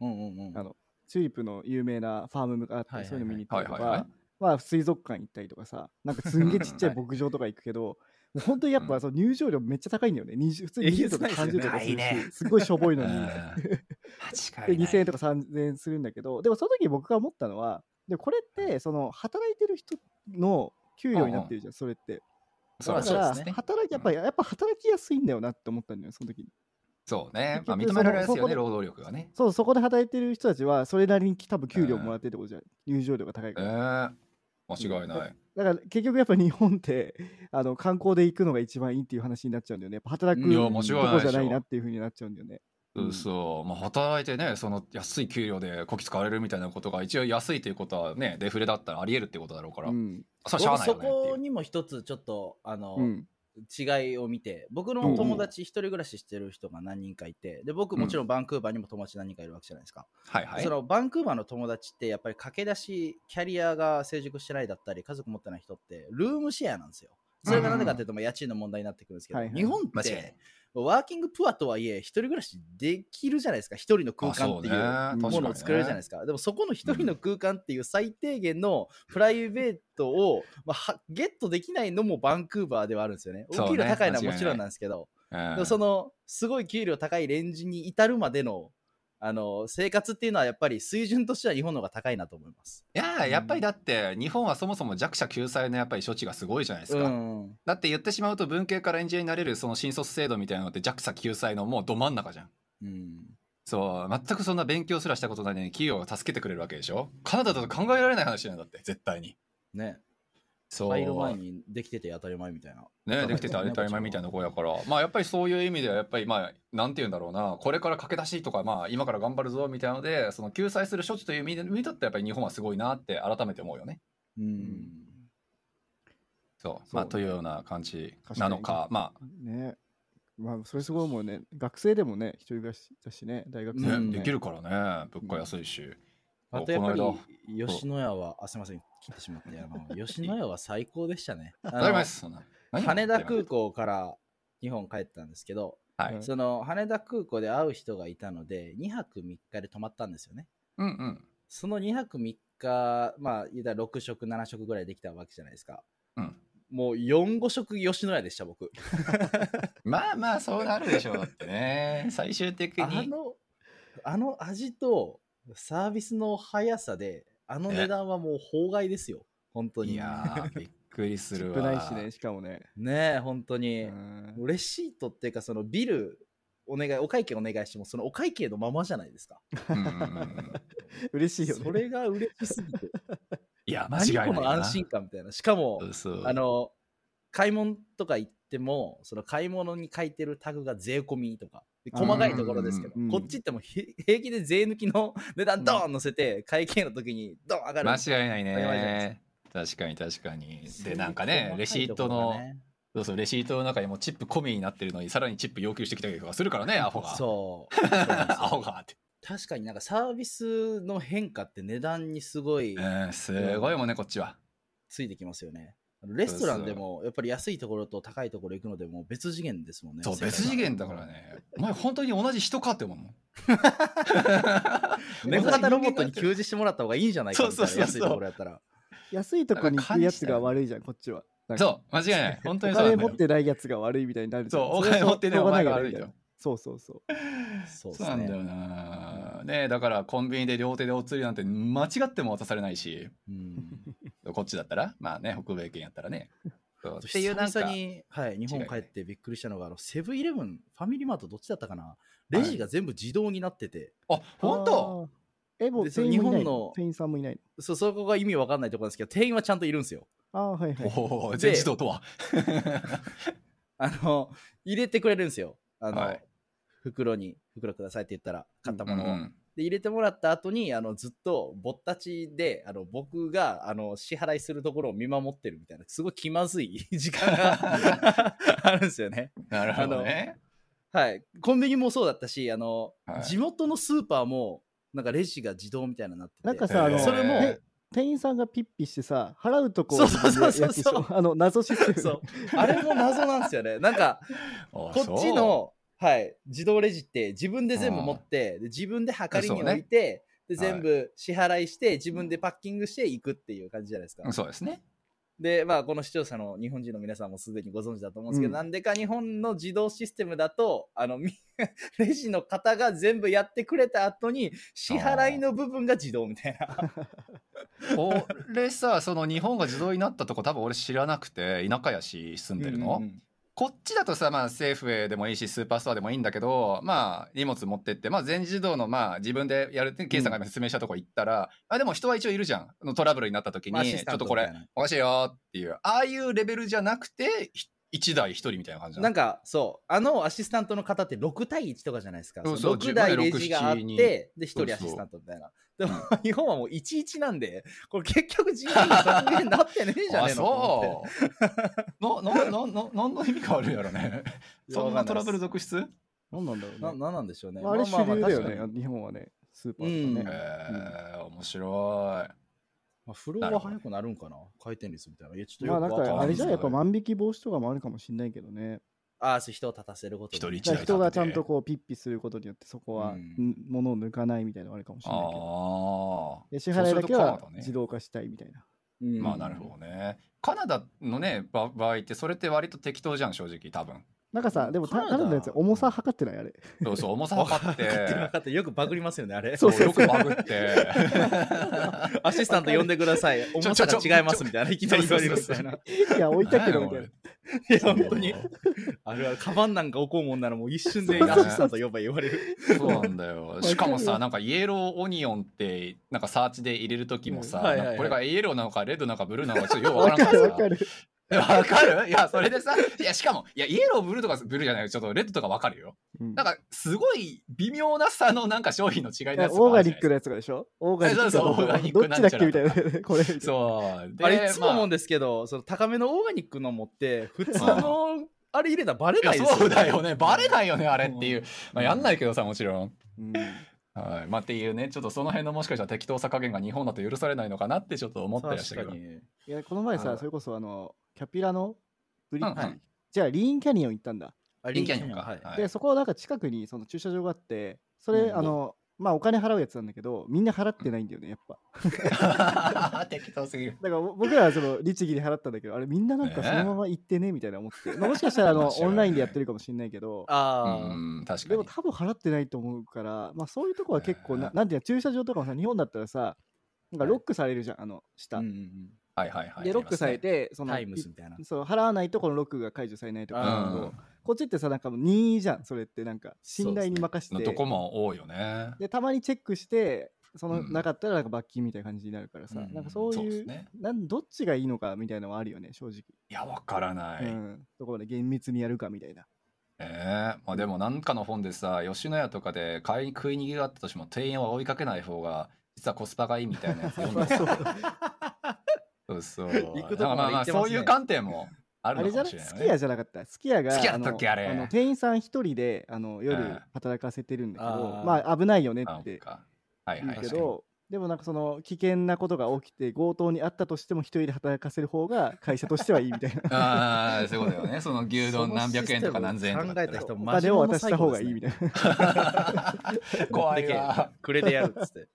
うんうんうんあのチューリップの有名なファームがあったはりいはいはいそういうの見に行ったりとはいはいはかいまあ水族館行ったりとかさなんかすんげえちっちゃい牧場とか行くけどもう本当にやっうぱんその入場料めっちゃ高いんだよね20普通にえげ20つとかないっす30よねとかするしないねすごいしょぼいのうんに確かでにね2000円とか3000円するんだけどでもその時僕が思ったのはでこれってその働いてる人の給料になってるじゃんそれってそまうあだかそうらですね働きやっぱりやっぱ働きやすいんだよなって思ったんだよねその時にそうね、まあ、結局認められますそよこねで労働力がねそうそこで働いてる人たちはそれなりに多分給料もらってるってことじゃん入場料が高いえかえら間違いない、だから結局やっぱ日本ってあの観光で行くのが一番いいっていう話になっちゃうんだよねやっぱ働くいとや間違いないこでしじょゃないなっていうふうになっちゃうんだよねそうそう、まあ、働いてねその安い給料でこき使われるみたいなことが一応安いということはねデフレだったらありえるってことだろうから、うんそれしゃあないそよねっていこうにも一つちょっとあの、うん違いを見て僕の友達一人暮らししてる人が何人かいてで僕もちろんバンクーバーにも友達何人かいるわけじゃないですか、はいはいそのバンクーバーの友達ってやっぱり駆け出しキャリアが成熟してないだったり家族持ってない人ってルームシェアなんですよそれがなんでかっていうと、まあ家賃の問題になってくるんですけど、はいはい日本間っ違いないてワーキングプアとはいえ一人暮らしできるじゃないですか一人の空間っていうあそうねものを作れるじゃないですか。でもそこの一人の空間っていう最低限のプライベート を、まあは、ゲットできないのもバンクーバーではあるんですよね。そうおね給料高いのはもちろ間違いなんいなんですけど、確かにねでもそのすごい給料高いレンジに至るまでのあの生活っていうのはやっぱり水準としては日本の方が高いなと思います。いやーやっぱりだって日本はそもそも弱者救済のやっぱり処置がすごいじゃないですか、うんだって言ってしまうと文系からエンジニアになれるその新卒制度みたいなのって弱者救済のもうど真ん中じゃんうんそう全くそんな勉強すらしたことないのに企業が助けてくれるわけでしょカナダだと考えられない話なんだって絶対にね、そう入る前にできてて当たり前みたいな。ね、できてて当たり前みたいな子やから、まあやっぱりそういう意味では、やっぱりまあ、なんて言うんだろうな、これから駆け出しとか、まあ今から頑張るぞみたいなので、その救済する処置という意味で見たって、やっぱり日本はすごいなって改めて思うよね。うんそう。そうまあというような感じ確かなにのか、まねまあそれすごいもうね学生でもね一人暮らしだしね大学あ生ね、もうんできるからね、物価安いし。あとやっぱりこの間吉野家は、あ、すみません、切ってしまって、あの吉野家は最高でした ね。あ当のたり前です、そんな。何羽田空港から日本帰ったんですけど、はい。うんその羽田空港で会う人がいたので、2泊3日で泊まったんですよね。うんうん。その2泊3日、まあ、言うたら6食、7食ぐらいできたわけじゃないですか。うん、もう4、5食吉野家でした、僕。まあまあ、そうなるでしょうだってね。最終的あに。の、 あの味とサービスの速さで、あの値段はもう法外ですよ。本当に。いやー、びっくりすチるッわ。プないしねしかもねねえ、本当うに。んレシートっていうか、そのビル、お願い、お会計お願いしても、そのお会計のままじゃないですか。うんうんうん嬉しいよねそれが嬉しす ぎて。いや、間違いないよ 何このな。安心感みたいな。しかも、そうあの、買い物とか行っても、その買い物に書いてるタグが税込みとか、で細かいところですけど、うんうんうんうんこっちってもうひ 平気で税抜きの 値段ドーン乗せて、会計の時にドーン上がる。間違いない当たり前じゃないね。確かに確かに。そういで、うなんかね細、かレいシートところの、がねそうそう、レシートの中にもチップ込みになってるのに、さらにチップ要求してきたりとかするからね、アホが。う。そう。そうなんです よアホがって。確かになんかサービスの変化って値段にすごいうん、すごいもんね、こっちは。ついてきますよね。レストランでもやっぱり安いところと高いところ行くのでもう別次元ですもんね。そう、世界が別次元だからね。お前、本当に同じ人かって思う もん。 猫型ロボットに給仕してもらった方がいいんじゃないかみたいなそうそうそうそう安いところやったら。安いとこに行くやつが悪いじゃんこっちはなんかそう、間違いない。本当おにそうな金んだ持よっ。てないやつが悪いみたいになるじゃんそうお金れ持ってないしょうがお前がよね悪いとみたなそうそうそうそうそでうなすんだね。よな。ねえだからコンビニで両手でお釣りなんて間違っても渡されない し、うんこっちだったら、まあね、北米圏やったらね。そうっていうなん久か々、に、はい、日本違い帰ないってびっくりしたのが、あのセブンイレブン、ファミリーマートどっちだったかな、レジが全部自動になってて、あ、本当あーえもうでその店員もいない日本の店員さんもいないそうそこが意味わかんないところなんですけど、店員はちゃんといるんですよ。ああはいはいおお、全自動とは。あの、入れてくれるんですよ。あの、はい袋に、袋くださいって言ったら、買ったものを。うんうんで、入れてもらった後に、あの、ずっと、ぼったちで、あの、僕が、あの、支払いするところを見守ってるみたいな、すごい気まずい 時間が あるんですよね。なるほどね。はい。コンビニもそうだったし、あの、はい地元のスーパーも、なんかレジが自動みたいなのになってて。なんかさあのそれもね店員さんがピッピしてさ払うとこそうそうそうそうやつでしょあの謎システ そムう。あれも謎なんですよね。なんか、ここっちの、はい、自動レジって自分で全部持って、で自分で量りに置いて、でそうね全部支払いして、自分でパッキングしていくっていう感じじゃないですか。そうですね。で、まあ、この視聴者の日本人の皆さんもすでにご存知だと思うんですけど、うんなんでか日本の自動システムだと、あの、み レジの方が全部やってくれた後に、支払いの部分が自動みたいな。これさ、その日本が自動になったとこ多分俺知らなくて、田舎やし、住んでるの。うんうんこっちだとさ、まあ、政府へでもいいし、スーパーストアでもいいんだけど、まあ、荷物持ってって、まあ、全自動の、まあ、自分でやるって、ケイさんが今説明したとこ行ったら、あ、でも人は一応いるじゃん。あのトラブルになった時まあアシに、スちタょっントとこみれたいな、おかしいよっていう、ああいうレベルじゃなくて、ひ一台一人みたいな感じなんか、かそうあのアシスタントの方って6対1とかじゃないですかそうそのそう6台自レ分でジがあっ6 7てで1そうそう人アシスタントみたいなでも日本はもう11なんでこれ結局人員削減になってねえじゃあ、ねえのと思っそう。 の、の、の、の、何の意味があるやろね。てそんなトラブルいやわ続出何なんだろうねかんないですななんなんでしょうねまああれ主まま流だよまあね確かに日本はねスーパーとかうんねえー、面白い。まあフローは早くなるんかな回転率みたいないやちょっとよまあくなわんかんかなあいれですじけゃどやっぱ万引き防止とかもあるかもしれないけどねああそう人を立たせること一人一だ台立からてて人がちゃんとこうピッピすることによってそこはうんん物を抜かないみたいなのがあるかもしあれないけどあ。で支払いそうだけはするとカナダね自動化したいみたいなうんまあ、なるほどね。カナダのね、ば場合って、それって割と適当じゃん、正直、多分。なんかさでもたカナダカナダのやつ重さ測ってないあれそうそう、重さ分か測っってる分て、かってるよくバグりますよねあれそうそうよくバグって。 アシスタント呼んでくださ い重さが違いますみたいないきなり言われるみたいないや置いたけどみたいな。いや、本当に。あれは、カバンなんか置こうもんならもう一 瞬でそうそうアそうシスタント呼ば言われる。そうなんだよ。しかもさ、なんかイエローオニオンって、なんかサーチで入れるときもさ、うんはいはいはいなんかこれがイエローなのか、レッドなのか、ブルーなのか、ちょっとよくわわからかなくるてわかる。さ。わかるいや、それでさ、いや、しかも、いや、イエロー、ブルーとか、ブルーじゃないよ。ちょっとレッドとかわかるよ。うんなんか、すごい微妙な差のなんか商品の違いのやつとかオーあガるじニゃなッいクのやつがでしょオーガニックかそうそうオーガニックどっちだっけみたいな。 これ。そう。であれ、いつも思うんまですけど、その高めのオーガニックのもって、普通の、あれ入れたらバレあないいやですよ、そうだよね。バレないよね、あれっていう。まあ、やんないけどさ、もちろん。うんはい。まあ、っていうね、ちょっとその辺のもしかしたら適当さ加減が日本だと許されないのかなってちょっと思ったりはしたけど。確かはいに。いやこの前あさーそれこそあのキャピラのブリッジ、うんうんじゃあリーンキャニオン行ったんだ。あリンキャニオンかはい。はいでそこはなんか近くにその駐車場があってそれ、うんあのまあお金払うやつなんだけどみんな払ってないんだよねやっぱ。 適当すぎる。だからぼ僕らはその律儀に払ったんだけどあれみんななんかねそのまま行ってねみたいな思って、まあ、もしかしたらあ の面白いオンラインでやってるかもしれないけど。うああ、ん、確かでもに。多分払ってないと思うから、まあ、そういうとこは結構な、ねなんていうの駐車場とかもさ日本だったらさなんかロックされるじゃん、あの下、うんうんうんはいはいはい。でロックされあて、そのタイムスみたいな。そう払わないとこのロックが解除されないとかなんだけど、うんこっちってさなんかもう任意じゃんそれってなんか信頼に任せりますねてのとこも多いよね。でたまにチェックしてそのうんなかったらなんか罰金みたいな感じになるからさ、うんなんかそうそういでうすね。なんどっちがいいのかみたいなのはあるよね正直、いや、わからない。うん、どこまで厳密にやるかみたいなええまあでもなんかの本でさ、吉野家とかで買いに食い逃げがあったとしても店員は追いかけない方が、実はコスパがいいみたいなやつ読んだ そうそうそう。行くとこまで行ってますねだからああそういう観点もああるのれじかゃもなしいれないスよキね。ヤじゃなかったスキヤがスキヤだったっけああれのの店員さん一人であのうん夜働かせてるんだけあどーまあ危ないよねなっんてか。はい言はうい。けどでもなんかその危険なことが起きて強盗にあったとしても一人で働かせる方が会社としてはいいみたいなああ、そういうことだよね。その牛丼何百円とか何千円とかだ考っえたら。た人、お金を渡した方がいいみたたいな怖いわ。 くれてやるっつって。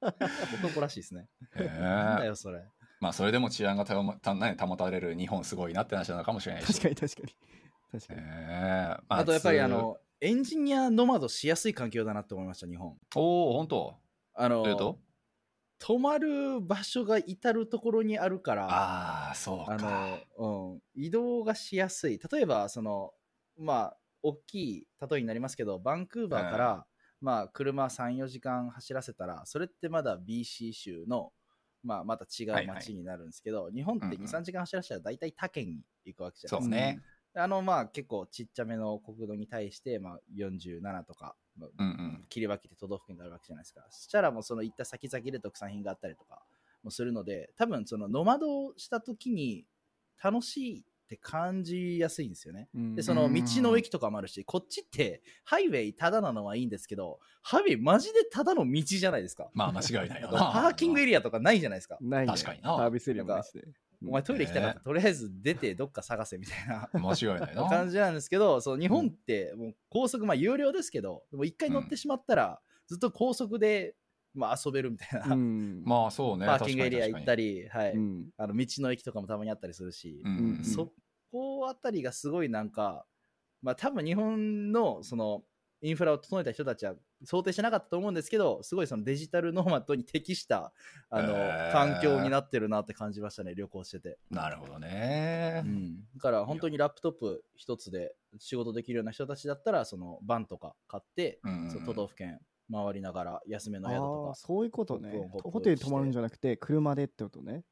男らしいですね。えなんだえよ、それ。まあそれでも治安がたまたね保たれる日本すごいなって話なのかもしれないし確かに確かに。確かに。ええまあとやっぱりつあのエンジニアノマドしやすい環境だなと思いました日本おお本当あどういうのと泊まる場所が至るところにあるからああそうかあの、うん、移動がしやすい例えばそのまあ大きい例えになりますけどバンクーバーから、まあ車34時間走らせたらそれってまだ BC 州のまあまた違はいはいう街になるんですけど、日本ってうんうん23時間走らせたら大体他県に行くわけじゃないそうですかねあのまあ結構ちっちゃめの国土に対して、まあ、47とか、まあうんうん切り分けて都道府県があるわけじゃないですか。そしたらもうその行った先々で特産品があったりとかもするので、多分そのノマドをした時に楽しいって感じやすいんですよね。うんで、その道の駅とかもあるし、こっちってハイウェイただなのはいいんですけど、ハイウェイマジでただの道じゃないですか。まあ間違いないあよ となパーキングエリアとかないじゃないですか。ないね確かになサービスエリアもなしで。お前トイレ行きたかったへらとりあえず出てどっか探せみたいな。間違いない な感じなんですけど、そう日本ってもう高速、まあ有料ですけど、でも一回乗ってしまったら、ずっと高速で、まあ、遊べるみたい な、うん、まあそうねパーキングエリア行ったり、り、はいうんあの道の駅とかもたまにあったりするし、うんうんうん、そこあたりがすごいなんか、まあ多分日本のそのインフラを整えた人たちは想定してなかったと思うんですけど、すごいそのデジタルノマドに適したあの、へー環境になってるなって感じましたね、旅行してて。なるほどね、だから本当にラップトップ一つで仕事できるような人たちだったらそのバンとか買って、うんうんうんその都道府県回りながら休めの宿ああ、とそういうことねホップオンホッ。プオフホテル泊まるんじゃなくて、車でってことね。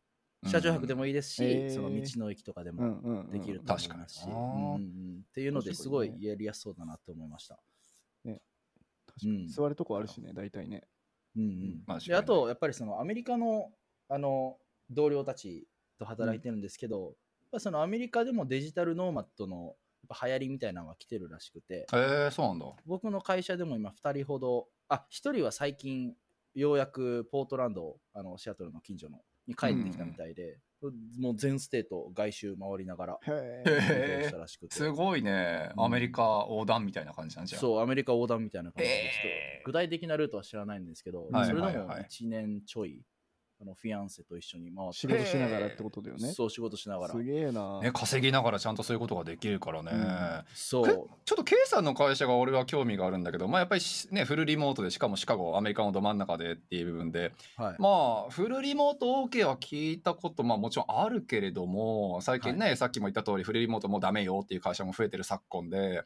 うかん車上泊でもいいですし、へーその道の駅とかでうもんうんうんできると思いますし、確かになうんうんうんっていうのですご面白いいやりやすそうだなと思いました。確かにうん座るとこあるしね、大体ね。うんうんまあであとやっぱりそのアメリカのあの同僚たちと働いてるんですけど、やっぱそのアメリカでもデジタルノーマットのやっぱ流行りみたいなのが来てるらしくへて、えそうなんだ僕の会社でも今2人ほどあ1人は最近ようやくポートランドあのシアトルの近所のに帰ってきたみたいで、もう全ステート外周回りながらへへえ。移動しえたらしくてすごいねアメリカ横断みたいな感じなんじゃんそうアメリカ横断みたいな感じでちょへっーと具体的なルートは知らないんですけど、はいそれではいもはい1年ちょいあのフィアンセと一緒に回って仕事しながらってことだよね。そう仕事しながらすげえな。ね、稼ぎながらちゃんとそういうことができるからね、うんそうけちょっと K さんの会社が俺は興味があるんだけど、まあ、やっぱりしねフルリモートでしかもシカゴアメリカのど真ん中でっていう部分ではい、まあフルリモート OK は聞いたことまあもちろんあるけれども最近ね、さっきも言った通りフルリモートもうダメよっていう会社も増えてる昨今で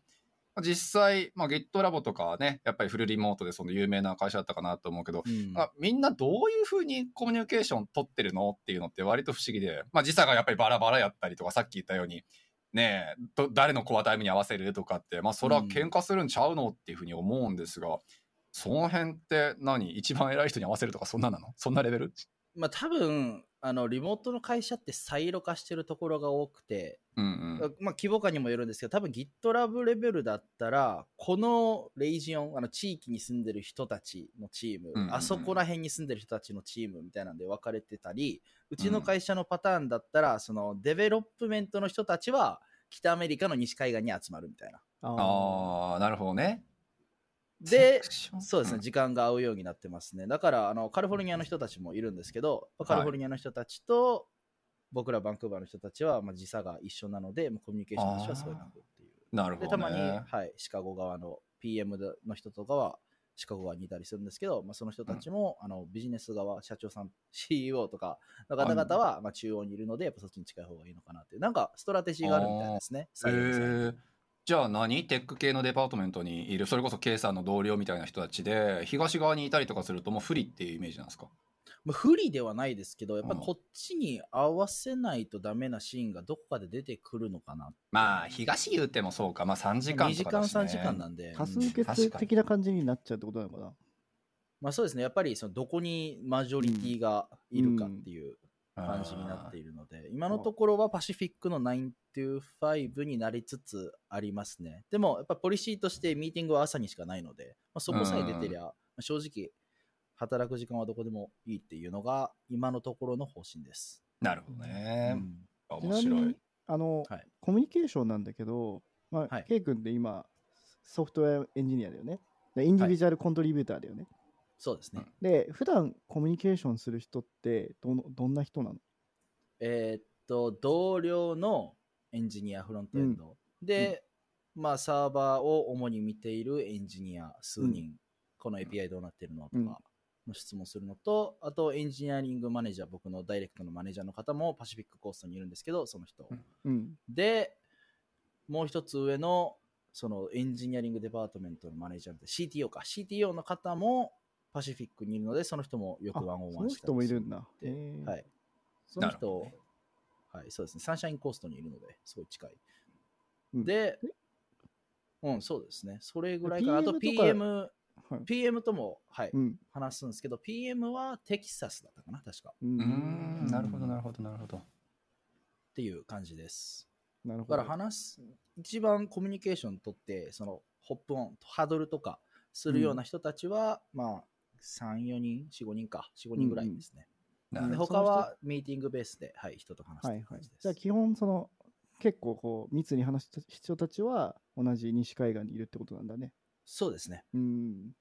まあ実際、まあ、GitLab とかねやっぱりフルリモートでその有名な会社だったかなと思うけどうんあみんなどういうふうにコミュニケーション取ってるのっていうのって割と不思議で、まあ、時差がやっぱりバラバラやったりとかさっき言ったようにねえど誰のコアタイムに合わせるとかってまあそれは喧嘩するんちゃうのっていうふうに思うんですが、その辺って何一番偉い人に合わせるとかそんななのそんなレベル、まあ多分あのリモートの会社ってサイロ化してるところが多くてうんうん、まあ、規模感にもよるんですけど多分 GitLab レベルだったらこのレイジオンあの地域に住んでる人たちのチーム、うんうんうんあそこら辺に住んでる人たちのチームみたいなんで分かれてたりうちの会社のパターンだったら、そのデベロップメントの人たちは北アメリカの西海岸に集まるみたいなあああなるほどね。 でセクションそうですね、時間が合うようになってますねだからあのカリフォルニアの人たちもいるんですけどカリフォルニアの人たちと、僕らバンクーバーの人たちは、まあ、時差が一緒なのでもうコミュニケーションの話はすごいなくっていう。なるでほたどまに、ね。はい、シカゴ側の PM の人とかはシカゴ側にいたりするんですけど、まあ、その人たちも、あのビジネス側社長さん CEO とかの方々は、まあ、中央にいるのでやっぱそっちに近い方がいいのかなっていうなんかストラテジーがあるみたいですね。え採用されるーじゃあ何テック系のデパートメントにいるそれこそ K さんの同僚みたいな人たちで東側にいたりとかするともう不利っていうイメージなんですかまあ、不利ではないですけどやっぱうんこっちに合わせないとダメなシーンがどこかで出てくるのかなまあ東言うてもそうかまあ3時間2と時か間だし、ね、 3時間なんで、多数うん決的な感じになっちゃうってことなのかな。まあ、そうですねやっぱりそのどこにマジョリティがいるかっていう感じになっているいるので、今のところはパシフィックの925になりつつありますね。でも、やっぱポリシーとしてミーティングは朝にしかないので、まあ、そこさえ出てりゃ、まあ正直、働く時間はどこでもいいっていうのが、今のところの方針です。なるほどね、うん面白いあの、はいコミュニケーションなんだけど、まあはい K 君って今、ソフトウェアエンジニアだよね。でインディビジュアルコントリビューターだよね。そうですね。で、普段コミュニケーションする人ってどのどんな人なのえーっと、同僚のエンジニアフロントエンド、で、まあ、サーバーを主に見ているエンジニア数人、この API どうなってるのとうんかの質問するのと、あとエンジニアリングマネージャー、僕のダイレクトのマネージャーの方もパシフィックコーストにいるんですけど、その人を。うんうん。で、もう一つ上の、そのエンジニアリングデパートメントのマネージャーみたいな CTO か、CTO の方もパシフィックにいるので、その人もよあくワンオンそワンのしたり人もいするんだ。でへーはい。そのなる人、はい、そうですね、サンシャインコーストにいるので、すごい近い。うんで、うん、そうですね、それぐらいかな。あと PM PM、はい PM とも、はい、うん。話すんですけど、PM はテキサスだったかな、確か。う。うんんなるほどなるほどなるほどっていう感じです。なるほだど。から話す、一番コミュニケーション取って、その、ホップオン、ハードルとかするような人たちは、まあ、3、4人、4、5人か、4、5人ぐらいですね。なるでほど他はミーティングベースで、はい、人と話すはっていいうは感いじで。す。じゃあ基本その結構こう密に話した人たちは同じ西海岸にいるってことなんだね。そうですね。うん。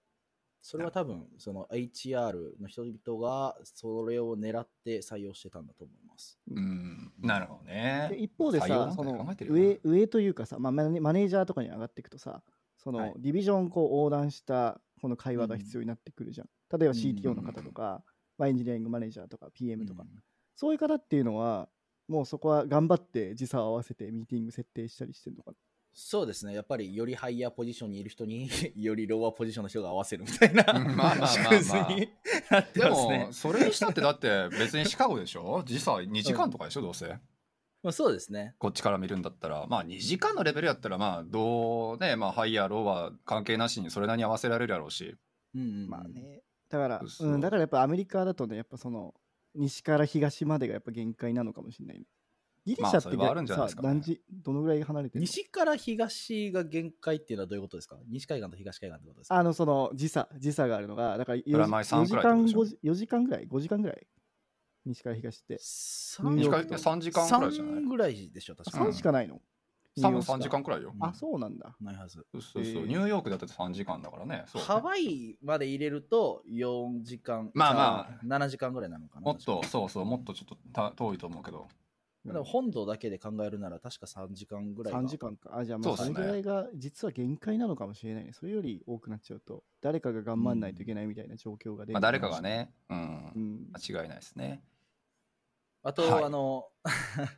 それは多分、その HR の人々がそれを狙って採用してたんだと思います。うんなるほどねで一方で採用さ段そ階考のえてるよな上上というかさ、まあ、マネマネージャーとかに上がっていくとさそはのいディビジョンをこう横断したこの会話が必要になってくるじゃん、例えばうん CTO の方とか、まあ、エンジニアリングマネージャーとか PM とか、うんそういう方っていうのはもうそこは頑張って時差を合わせてミーティング設定したりしてるのかそうですね。やっぱり、よりハイヤーポジションにいる人に、 よりローアーポジションの人が合わせるみたいな、うんまあまあまあ まあ縮図になって でますもね。それにしたってだって別にシカゴでしょ時差2時間とかでしょどうせまあ、そうですね。こっちから見るんだったらまあ2時間のレベルやったらまあどうねまあハイやローは関係なしにそれなりに合わせられるやろうしうんうんうな、んまあ。ねだからそうそううんだからやっぱアメリカだとねやっぱその西から東までがやっぱ限界なのかもしれないねギリシャってまあそれはあるんじゃないですかねさ何時どのぐらい離れてるの西から東が限界っていうのはどういうことですか西海岸と東海岸ってことですかあの、その、時差、時差があるのが、だから4プラマイ三時くらいってこと間、でしょ5時4時間ぐらい ?5 時間ぐらい西から東って。三ニ西ューヨー海クっとて3時間くらいじゃない三ぐらいでしょ、確か。うん3しかないの、多分ニューヨークしか3時間くらいようんあ、そうなんだ。ないはず。そうそうそうえーニューヨークだって3時間だからねそうハワイまで入れると4時間、まあまあ7時間ぐらいなのかな。もっ確とそうそうもっとちょっとた遠いと思うけどか。でも本土だけで考えるなら確か3時間ぐらいが。 3時間か。あ、じゃあまあ、そそうっすねれぐらいが実は限界なのかもしれないね。それより多くなっちゃうと、誰かが頑張んないといけないみたいな状況が出るまあ誰かが。ねうんうん。間違いないです ねあと、はいあの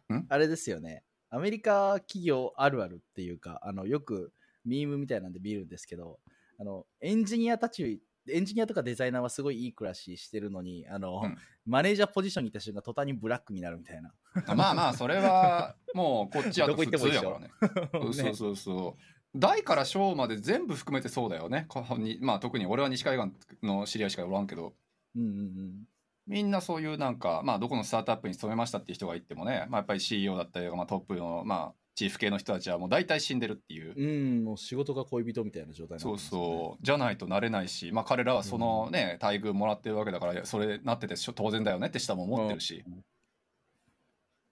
ん、 あれですよね。アメリカ企業あるあるっていうか、あの、よくミームみたいなんで見るんですけど、あの、エンジニアたち、エンジニアとかデザイナーはすごいいい暮らししてるのに、あの、うんマネージャーポジションにいた瞬間途端にブラックになるみたいな。まあまあそれはもうこっちやとどこ普行って通も一緒やからね そうそうそうそう。大から小まで全部含めてそうだよね。こにまあ特に俺は西海岸の知り合いしかおらんけど、うんうんうん。みんなそういうなんか、まあどこのスタートアップに勤めましたっていう人が言ってもね、まあやっぱり CEO だったりとか、まあトップの、まあチーフ系の人たちはもう大体死んでるっていう。うん、もう仕事が恋人みたいな状態になってそうますよねそう。じゃないとなれないし、まあ彼らはそのね、待遇もらってるわけだから、それなっててしょ当然だよねって下も思ってるしうん。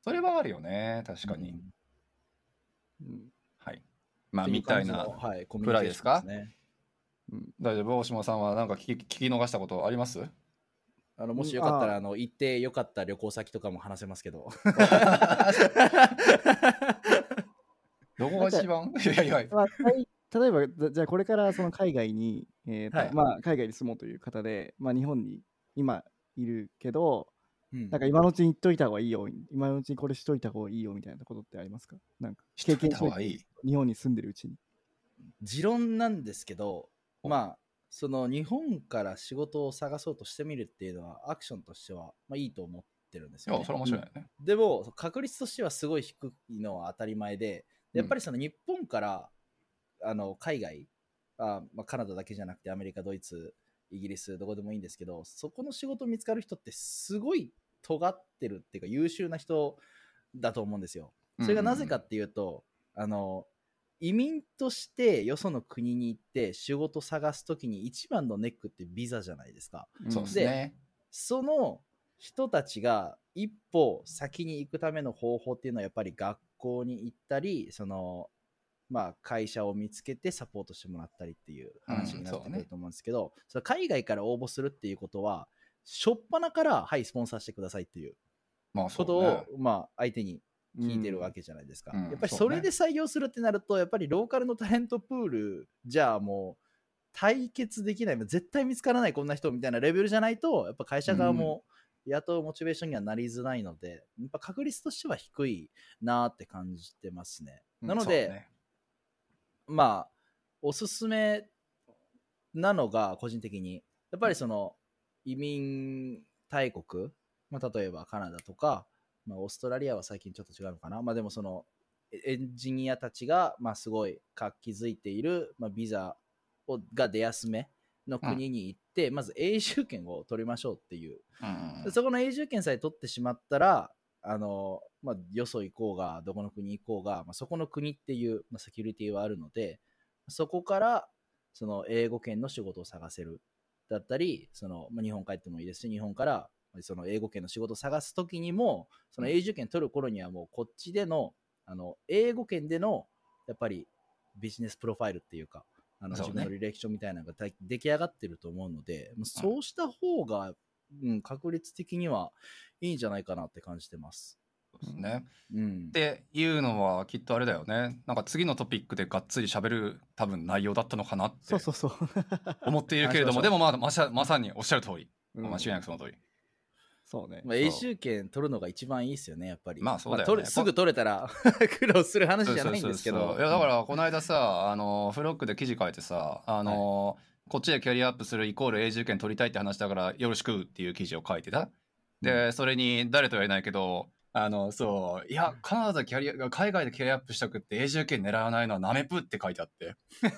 それはあるよね、確かにうん。うんはい。まあみたいなってう感じのはい、コミくらいですかュニケーションね大丈夫大島さんはなんか聞き聞き逃したことありますあのもしよかったうんあらーあの行ってよかった旅行先とかも話せますけ ど。どこが一番いやいやいやまあ、はい例えば、じゃじゃあこれからその海外に、えーとはいまあ、海外に住もうという方で、まあ、日本に今いるけど、うんなんか今のうちに言っといた方がいいよ、今のうちにこれしといた方がいいよみたいなことってありますかなんか経験しした方といがいい。日本に住んでるうちに。持論なんですけど、まあ、その日本から仕事を探そうとしてみるっていうのは、アクションとしては、まあ、いいと思ってるんですいよ、や、ねそれは面白いよね。でも、確率としてはすごい低いのは当たり前で、やっぱりその日本からあの海外あ、まあ、カナダだけじゃなくて、アメリカ、ドイツ、イギリス、どこでもいいんですけど、そこの仕事見つかる人ってすごい尖ってるっていうか、優秀な人だと思うんですよ。それがなぜかっていうと、あの、移民としてよその国に行って仕事探すときに一番のネックってビザじゃないですか。うん。そうですね。その人たちが一歩先に行くための方法っていうのはやっぱり学校に行ったり、その、まあ会社を見つけてサポートしてもらったりっていう話になってくると思うんですけど、その海外から応募するっていうことは、しょっぱなから、はい、スポンサーしてくださいっていうまあこそうとを、ねまあ、相手に聞いてるわけ。けじゃないですか、うんやっぱりそそうねれで採用するってなると、やっぱりローカルのタレントプールじゃあもう対決できない絶対見つからないこんな人みたいなレベルじゃないとやっぱ会社側も雇うモチベーションにはなりづらいので、やっぱ確率としては低いなーって感じてますね。うんなのそで、うねまあおすすめなのが個人的にやっぱりその移民大国、まあ、例えばカナダとか、まあ、オーストラリアは最近ちょっと違うのかな、まあ、でもそのエエンジニアたちが、まあ、すごい活気づいている、まあ、ビザをが出やすめの国に行って、まず永住権を取りましょうっていううんうんでそこの永住権さえ取ってしまったら、あのまあ、よそ行こうが、どこの国行こうが、まあ、そこの国っていう、まあ、セキュリティはあるので、そこからその英語圏の仕事を探せるだったり、そのまあ、日本帰ってもいいですし、日本からその英語圏の仕事を探すときにも、その永住権取る頃にはもうこっちでの、あの英語圏でのやっぱりビジネスプロファイルっていうか、あのそう自ね分の履歴書みたいなのがだ出来上がってると思うので、もうそうした方がうん、確率的にはいいんじゃないかなって感じてます。そうですねうんっ、ていうのはきっとあれだよねなんか次のトピックでがっつり喋る多分内容だったのかなってそ うそうそう。思っているけれども話しましょうでもまあまさまさにおっしゃる通り、うん間違いなくその通りそうね。まあ、永住権取るのが一番いいですよね、やっぱり。まあそうだよね取るすぐ取れたら 苦労する話じゃないんですけそうそうどそう。そういやだ からこの間さあのフロックで記事書いてさあの、こっちでキャリアアップするイコール永住権取りたいって話だからよろしくっていう記事を書いてたでそれに誰とは言えないけどあのそういやカナダでキャリア海外でキャリアアップしたくって永住権狙わないのはナメプって書いてあって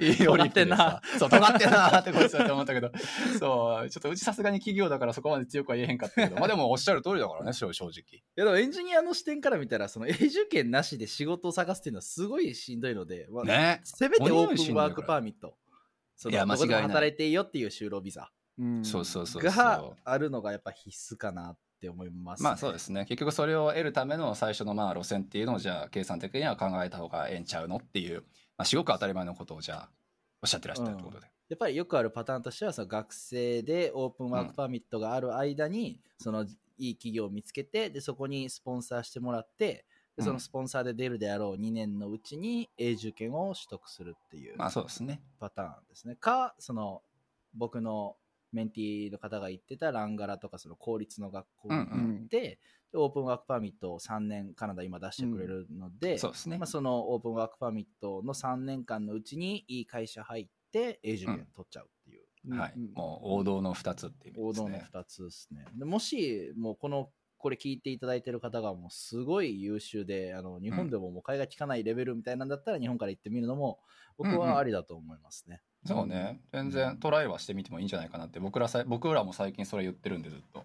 いいよ尖ってん なリップでさそう尖ってんなってこいつだって思ったけどそうちょっとうちさすがに企業だからそこまで強くは言えへんかったけどまあでもおっしゃる通りだからね正正直いやでもエンジニアの視点から見たら、その永住権なしで仕事を探すっていうのはすごいしんどいので、まあねせめてオ鬼のようにーしプんどいかンらワークパーミット。そいやの間ど違いこないでも働いていいよっていう就労ビザ うんそうそうそうそうがあるのがやっぱ必須かなって思います、まあそうですね結局それを得るための最初のまあ路線っていうのをじゃあ計算的には考えた方がええんちゃうのっていう、まあ、すごく当たり前のことをじゃあおっしゃってらっしゃるということで、やっぱりよくあるパターンとしてはその学生でオープンワークパーミットがある間に、そのいい企業を見つけてでそこにスポンサーしてもらってうんでそのスポンサーで出るであろう2年のうちに永住権を取得するっていうまあそうですねパターンですね。かその僕のメンティーの方が言ってたランガラとかその公立の学校に行って、でオープンワークパーミットを3年カナダ今出してくれるので、そうですねまあ、そのオープンワークパーミットの3年間のうちにいい会社入って永住権取っちゃうっていう、うんはい、うんもう王道の2つっていう意味王です道のね2つですねでもしもうこのこれ聞いていただいてる方がもうすごい優秀であの日本でももう買いが利かないレベルみたいなんだったら日本から行ってみるのも僕うんうんはありだと思いますね、そうね全然トライはしてみてもいいんじゃないかなって僕らさい僕らも最近それ言ってるんでずっと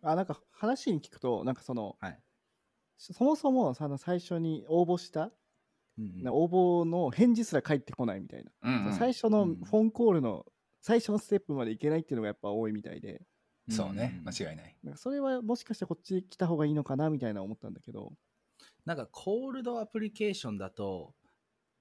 あなんか話に聞くとなんかその、はいそもそもその最初に応募した、うんうん応募の返事すら返ってこないみたいな、うんうん最初のうフんォンコールの最初のステップまでいけないっていうのがやっぱ多いみたいでそうねん間違いないなんかそれはもしかしてこっち来た方がいいのかなみたいな思ったんだけどなんかコールドアプリケーションだと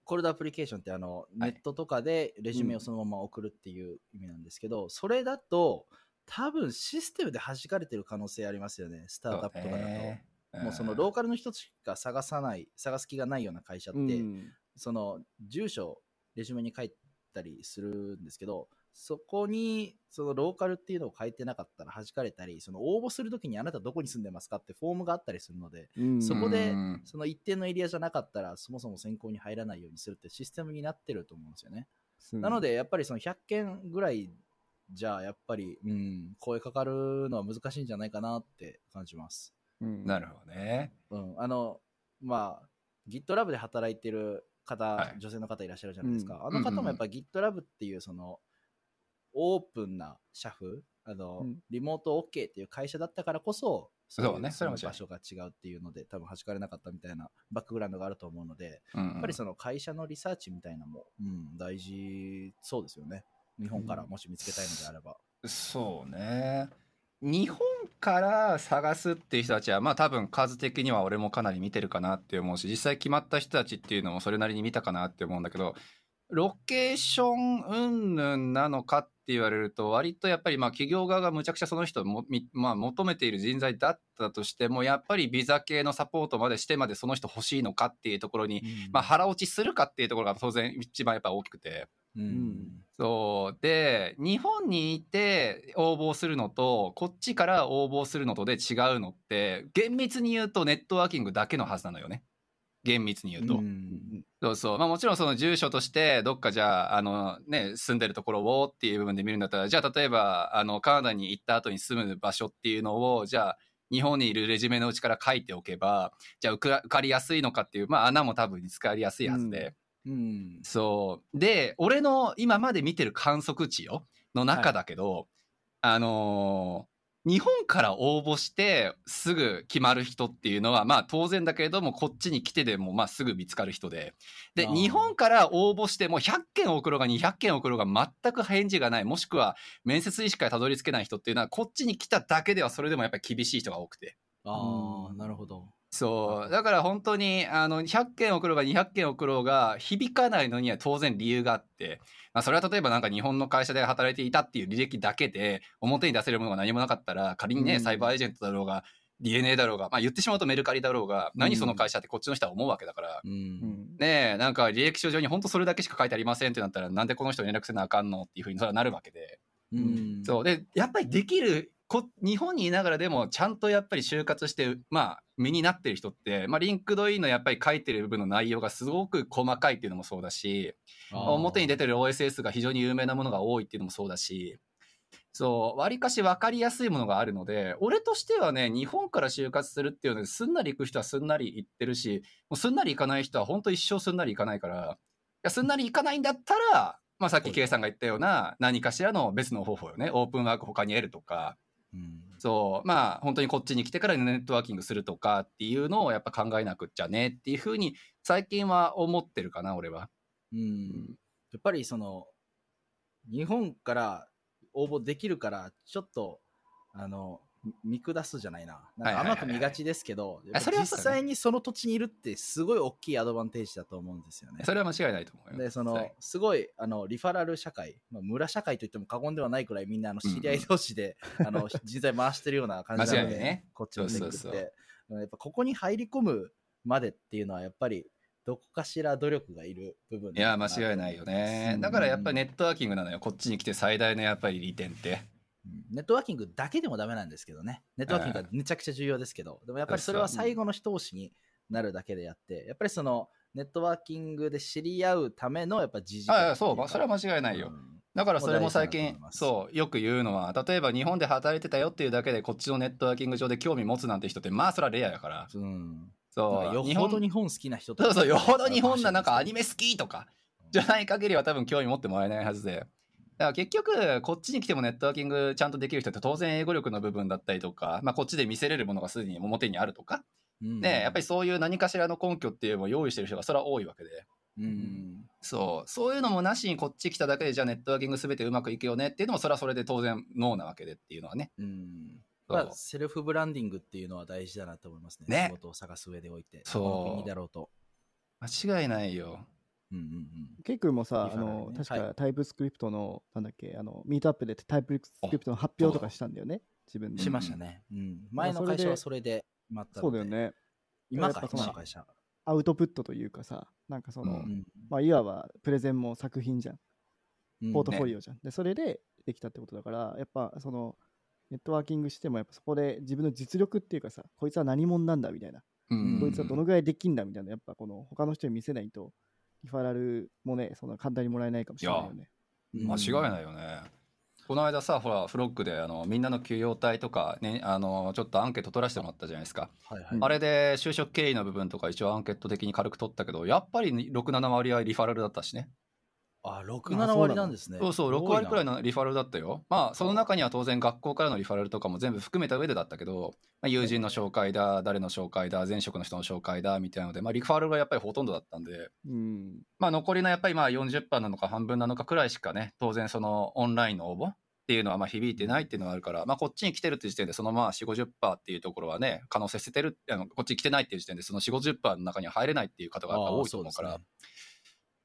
コールドアプリケーションってあのネットとかでレジュメをそのまま送るっていう意味なんですけど、それだと多分システムで弾かれてる可能性ありますよねスタートアップとかだと、もうそのローカルの人しか探さない探す気がないような会社って、うんその住所レジュメに書いたりするんですけどそこにそのローカルっていうのを書いてなかったら弾かれたりその応募するときにあなたどこに住んでますかってフォームがあったりするのでうんそこでうんその一定のエリアじゃなかったら、そもそも選考に入らないようにするってシステムになってると思うんですよね。うんなので、やっぱりその100件ぐらいじゃ、やっぱり、うん、声かかるのは難しいんじゃないかなって感じます。うんなるほどねうん、あの、まあ、GitLab で働いてる方、はい女性の方いらっしゃるじゃないですか。んあの方もやっぱ GitLab っていう、その、オープンな社風、あの、うんリモート OK っていう会社だったからこそ、そういねそれは間違いない場所が違うっていうので、多分弾かれなかったみたいなバックグラウンドがあると思うので、ややっぱりその会社のリサーチみたいなのも、うん、大事そうですよね。日本からもし見つけたいのであれば。そうね日本から探すっていう人たちはまあ多分数的には俺もかなり見てるかなって思うし実際決まった人たちっていうのもそれなりに見たかなって思うんだけどロケーション云々なのかっ言われると、割とやっぱりまあ企業側がむちゃくちゃその人をもみまあ、求めている人材だったとしても、やっぱりビザ系のサポートまでしてまでその人欲しいのかっていうところに、まあ、腹落ちするかっていうところが当然一番やっぱ大きくて。うんそうで日本にいて応募するのとこっちから応募するのとで違うのって厳密に言うとネットワーキングだけのはずなのよね厳密に言うと、うんそうそうまあもちろんその住所としてどっかじゃああのね住んでるところをっていう部分で見るんだったらじゃあ例えばあのカナダに行った後に住む場所っていうのをじゃあ日本にいるレジュメのうちから書いておけばじゃあ受か受かりやすいのかっていうまあ穴も多分見つかりやすいはずで、うんうんそう。で、俺の今まで見てる観測値よ、の中だけど、あのー日本から応募してすぐ決まる人っていうのは、まあ当然だけれども、こっちに来てでも、まあすぐ見つかる人で。で、あー日本から応募しても100件送ろうが200件送ろうが全く返事がない、もしくは面接医師からたどり着けない人っていうのは、こっちに来ただけではそれでもやっぱり厳しい人が多くて。あうあんなるほどそうだから本当にあの100件送ろうが200件送ろうが響かないのには当然理由があって、まあ、それは例えばなんか日本の会社で働いていたっていう履歴だけで表に出せるものが何もなかったら仮にね、うんサイバーエージェントだろうが DNA だろうが、まあ、言ってしまうとメルカリだろうが何その会社ってこっちの人は思うわけだから、ううんんねえなんか履歴書上に本当それだけしか書いてありませんってなったらなんでこの人に連絡せなあかんのっていうふうにそれはなるわけで。うんそうでやっぱりできるこ日本にいながらでもちゃんとやっぱり就活して、まあ、身になってる人って、まあ、リンクドインのやっぱり書いてる部分の内容がすごく細かいっていうのもそうだしあー表に出てる OSS が非常に有名なものが多いっていうのもそうだしそうわりかし分かりやすいものがあるので俺としてはね日本から就活するっていうのですんなり行く人はすんなり行ってるしもうすんなり行かない人は本当一生すんなり行かないからいやすんなり行かないんだったら、まあ、さっき K さんが言ったような何かしらの別の方法よねオープンワーク他に得るとかうんそうまあ本当にこっちに来てからネットワーキングするとかっていうのをやっぱ考えなくっちゃねっていうふうに最近は思ってるかな俺は。うんやっぱりその日本から応募できるからちょっとあのみ見下すじゃないなはなんかいはいはい甘く見がちですけど、あそれは実そうだね際にその土地にいるってすごい大きいアドバンテージだと思うんですよね。それは間違いないと思うよ。でそはのいすごいあのリファラル社会、まあ、村社会といっても過言ではないくらいみんなあの知り合い同 士で、あの人材回してるような感じな間違ので、いないねこっちのテクってそうそうそううんやっぱここに入り込むまでっていうのはやっぱりどこかしら努力がいる部分いや間違いないよね。だからやっぱりネットワーキングなのよこっちに来て最大のやっぱり利点って。うんネットワーキングだけでもダメなんですけどね。ネットワーキングがめちゃくちゃ重要ですけど、でもやっぱりそれはそうそう最後の一押しになるだけであって、やっぱりそのネットワーキングで知り合うためのやっぱ時事ああそうまあそれは間違いないよ。うんだからそれも最もう大事近だと思いますそうよく言うのは例えば日本で働いてたよっていうだけでこっちのネットワーキング上で興味持つなんて人ってまあそれはレアやから。うん。なんかそよう日ほ本 ど日本好きな人とそかうそうよほど日本ななんかアニメ好好きとかじゃない限りは多分興味持ってもらえないはずで。だから結局こっちに来てもネットワーキングちゃんとできる人って当然英語力の部分だったりとか、まあ、こっちで見せれるものがすでに表にあるとかき、うんね、やっぱり、そういう何かしらの根拠っていうのを用意してる人がそれは多いわけで。うんそう。そういうのもなしにこっち来ただけで、じゃあネットワーキング全てうまくいくよねっていうのも、それはそれで当然ノーなわけでっていうのはね。うんそうまあ、セルフブランディングっていうのは大事だなと思いますね。ね仕事を探す上でおいて。そうこの国だろうと。間違いないよ。うんうんケイ君もさ、あいいかなのね確はかタイプスクリプトの、なんだっけ、あのミートアップでタイプスクリプトの発表とかしたんだよね、自分うん。で。しましたね。うん、前まのあそれで会社はそれで決まったそのうだで。よ。ね。今かやっぱ、その今の会社。アウトプットというかさ、なんかその、うんまあ、いわばプレゼンも作品じゃん、ポートフォリリオじゃん。で、それでできたってことだから、やっぱその、ネットワーキングしても、やっぱそこで自分の実力っていうかさ、こいつは何者なんだみたいな、うんこいつはどのぐらいできんだみたいな、やっぱこの他の人に見せないと、リファラルもね、そんな簡単にもらえないかもしれないよね。間オ違いないよね。この間さ、ほら、フロックで、あの、みんなの給与体とか、ね、あの、ちょっとアンケート取らせてもらったじゃないですか。はいはい。あれで、就職経緯の部分とか一応アンケート的に軽く取ったけど、やっぱり6、7割合リファラルだったしね。あ、あそうな67の割なんですね。そうそう、6割くらいの。のリファラルだったよ。まあ、その中には当然学校からのリファラルとかも全部含めた上でだったけど、まあ、友人の紹介だ、誰の紹介だ、前職の人の紹介だ、みたいなので、まあ、リファラルがやっぱりほとんどだったんで、うん。まあ、残りのやっぱりまあ40%なのか半分なのかくらいしかね、当然そのオンラインの応募っていうのはまあ響いてないっていうのはあるから、まあ、こっちに来てるって時点で、そのまあ4、50%っていうところはね、可能性捨ててる、あのこっちに来てないっていう時点で、その4、50%の中には入れないっていう方がやっぱ多いと思うから、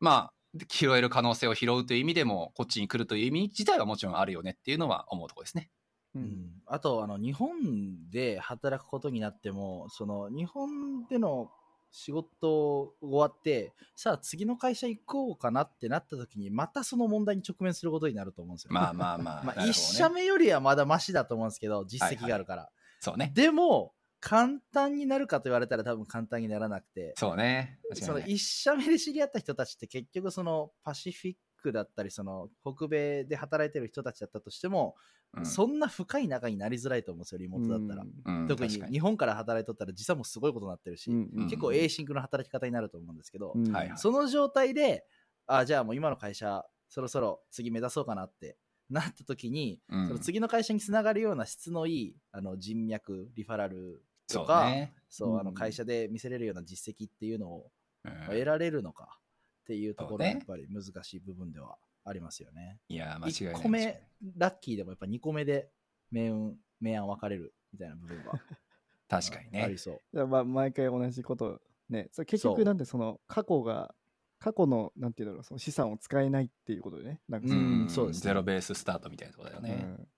まあ、拾える可能性を拾うという意味でも、こっちに来るという意味自体はもちろんあるよねっていうのは思うところです ね。ううんん、あとあの日本で働くことになってもその日本での仕事終わってさあ次の会社行こうかなってなった時にまたその問題に直面することになると思うんですよ、まあまあまあ、まなあるほどね一社目よりはまだマシだと思うんですけど実績があるから、そうね。でも簡単になるかと言われたら多分簡単にならなくてそうね。そ確のかにね一社目で知り合った人たちって結局そのパシフィックだったりその北米で働いてる人たちだったとしても、うんそんな深い仲になりづらいと思うんですよリモートだったら、うん特に確か日本から働いとったら時差もすごいことになってるし、うん結構エーシンクの働き方になると思うんですけど、うんはいはいその状態であじゃあもう今の会社そろそろ次目指そうかなってなった時に、うんその次の会社につながるような質のいいあの人脈リファラルそとうかね。そう、あうのん会社で見せれるような実績っていうのをうんまあ得られるのかっていうところはそうやねっぱり難しい部分ではありますよね。いやー、間違い1ない。個間違い目ない、ラッキーでもやっぱ2個目で命運、明暗分かれるみたいな部分は 確かにあねり。そう。だからまあ毎回同じことねそれ結そう局なんでその過去が過去のなんていうんだろうその資産を使えないっていうことでねなんかうそのんそうですねゼロベーススタートみたいなところだよね。うん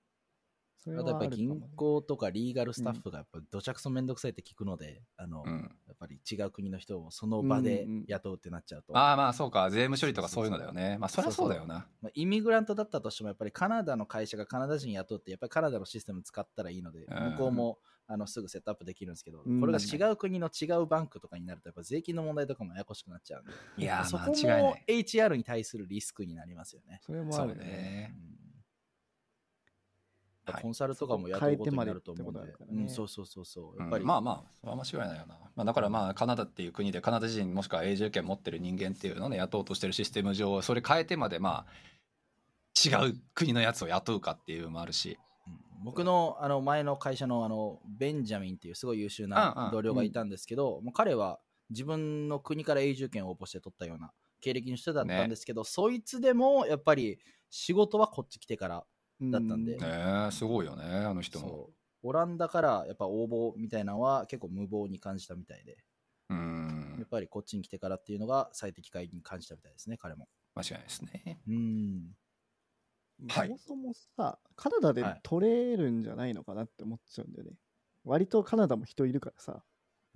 それあはとやっぱるりかも銀ね行とかリーガルスタッフがやっぱどちゃくそめんどくさいって聞くので、あの、うんやっぱり違う国の人をその場でうんうん雇うってなっちゃうと。ああまあそうか税務処理とかそういうのだよねまあそりゃそうだよなまあ、イミグラントだったとしてもやっぱりカナダの会社がカナダ人雇ってやっぱりカナダのシステム使ったらいいのでうん向こうもあのすぐセットアップできるんですけど、うんこれが違う国の違うバンクとかになるとやっぱ税金の問題とかもややこしくなっちゃうんでいやそーこ間違いなもい HR に対するリスクになりますよね、それもそあうるよねうんねやっぱはいコンサルとかも雇うことになると思うんで変えてまでってことだからねうん、そうそうそうそうやっぱうり、んまあまあそれは間違いないよな、まあ、だからまあカナダっていう国でカナダ人もしくは永住権持ってる人間っていうのをね雇おうとしてるシステム上それ変えてまでまあ違う国のやつを雇うかっていうのもあるしうん僕のあの前の会社のあのベンジャミンっていうすごい優秀うんうなん同僚がいたんですけど、もう彼は自分の国から永住権を応募して取ったような経歴の人だったんですけど、そいつでもやっぱり仕事はこっち来てからだったんでねえすごいよねあの人もそうオランダからやっぱ応募みたいなのは結構無謀に感じたみたいでうやんっぱりこっちに来てからっていうのが最適解に感じたみたいですね彼も間違いないですねうんはいそもそもさカナダではい取れるんじゃないのかなって思っちゃうんだよね、割とカナダも人いるからさ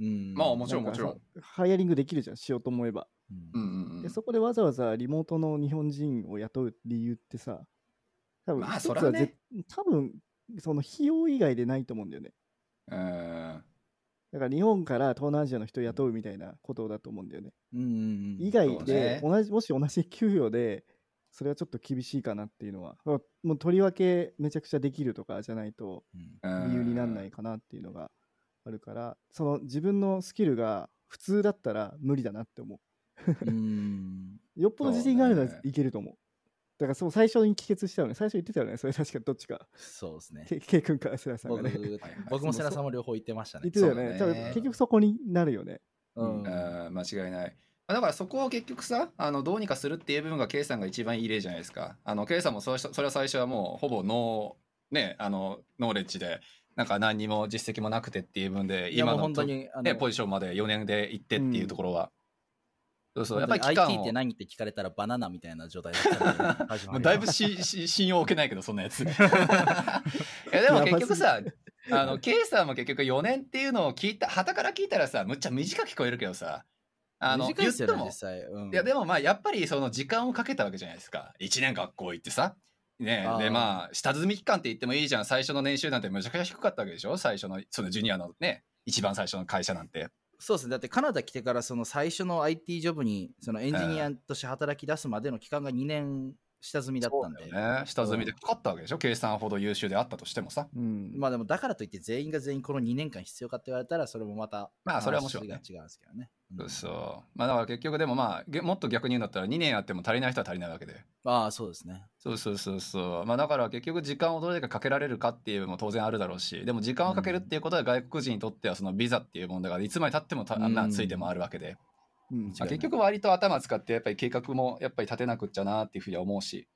うんまあもちろんなかさもちハイアリングできるじゃんしようと思えばううんんうんうでんそこでわざわざリモートの日本人を雇う理由ってさ、多分、まあ一つそらはねぜ多分その費用以外でないと思うんだよね。うんだから日本から東南アジアの人を雇うみたいなことだと思うんだよね。うんうん以そ外うでね、同じもし同じ給与で、それはちょっと厳しいかなっていうのは、まあもうとりわけめちゃくちゃできるとかじゃないとうんうん理由にならないかなっていうのがあるから、その自分のスキルが普通だったら無理だなって思う。 うんよっぽど自信があるならそうねいけると思う。だからそう最初に帰結したよね。最初言ってたよね。それ確かどっちか。そうですねケケイ君かセラさんが僕ね。 はい僕も瀬名さんも両方言ってました言ねっ。てたそようだねね。多分結局そこになるよね。うんうん間違いない。だからそこを結局さあのどうにかするっていう部分が K さんが一番いい例じゃないですか。あの K さんもそうしたそれは最初はもうほぼノーねあのノーレッジでなんか何にも実績もなくてっていう分でいや今もうの本当にあの、ね、ポジションまで4年で行ってっていうところは、そうそうやっぱり期本当間に IT っをて何って聞かれたらバナナみたいな状態だったんで始まもう りだいぶ しし信用を受けないけどそんなやつ。いやでも結局さあの K さんも結局4年っていうのを聞いたはたから聞いたらさむっちゃ短く聞こえるけどさあの短いですよ言ねっても実際、うんいやでもまあやっぱりその時間をかけたわけじゃないですか1年学校行ってさねあーでまあ下積み期間って言ってもいいじゃん最初の年収なんてむちゃくちゃ低かったわけでしょ最初のそのジュニアのね一番最初の会社なんてそうですねだってカナダ来てからその最初の IT ジョブにそのエンジニアとして働き出すまでの期間が2年下積みだったんで、ね下積みでかかったわけでしょ計算ほど優秀であったとしてもさうん。まあでもだからといって全員が全員この2年間必要かって言われたらそれもまたまあそれはもちろんね話が違うんですけどね、うんそうまあだから結局でもまあげもっと逆に言うんだったら2年あっても足りない人は足りないわけでああそうですねそうそうそうそうまあだから結局時間をどれだけかけられるかっていうのも当然あるだろうしでも時間をかけるっていうことは外国人にとってはそのビザっていう問題がいつまでたってもた、あんなついてもあるわけでうんまあ違いない結局割と頭使ってやっぱり計画もやっぱり立てなくっちゃなっていうふうには思うし、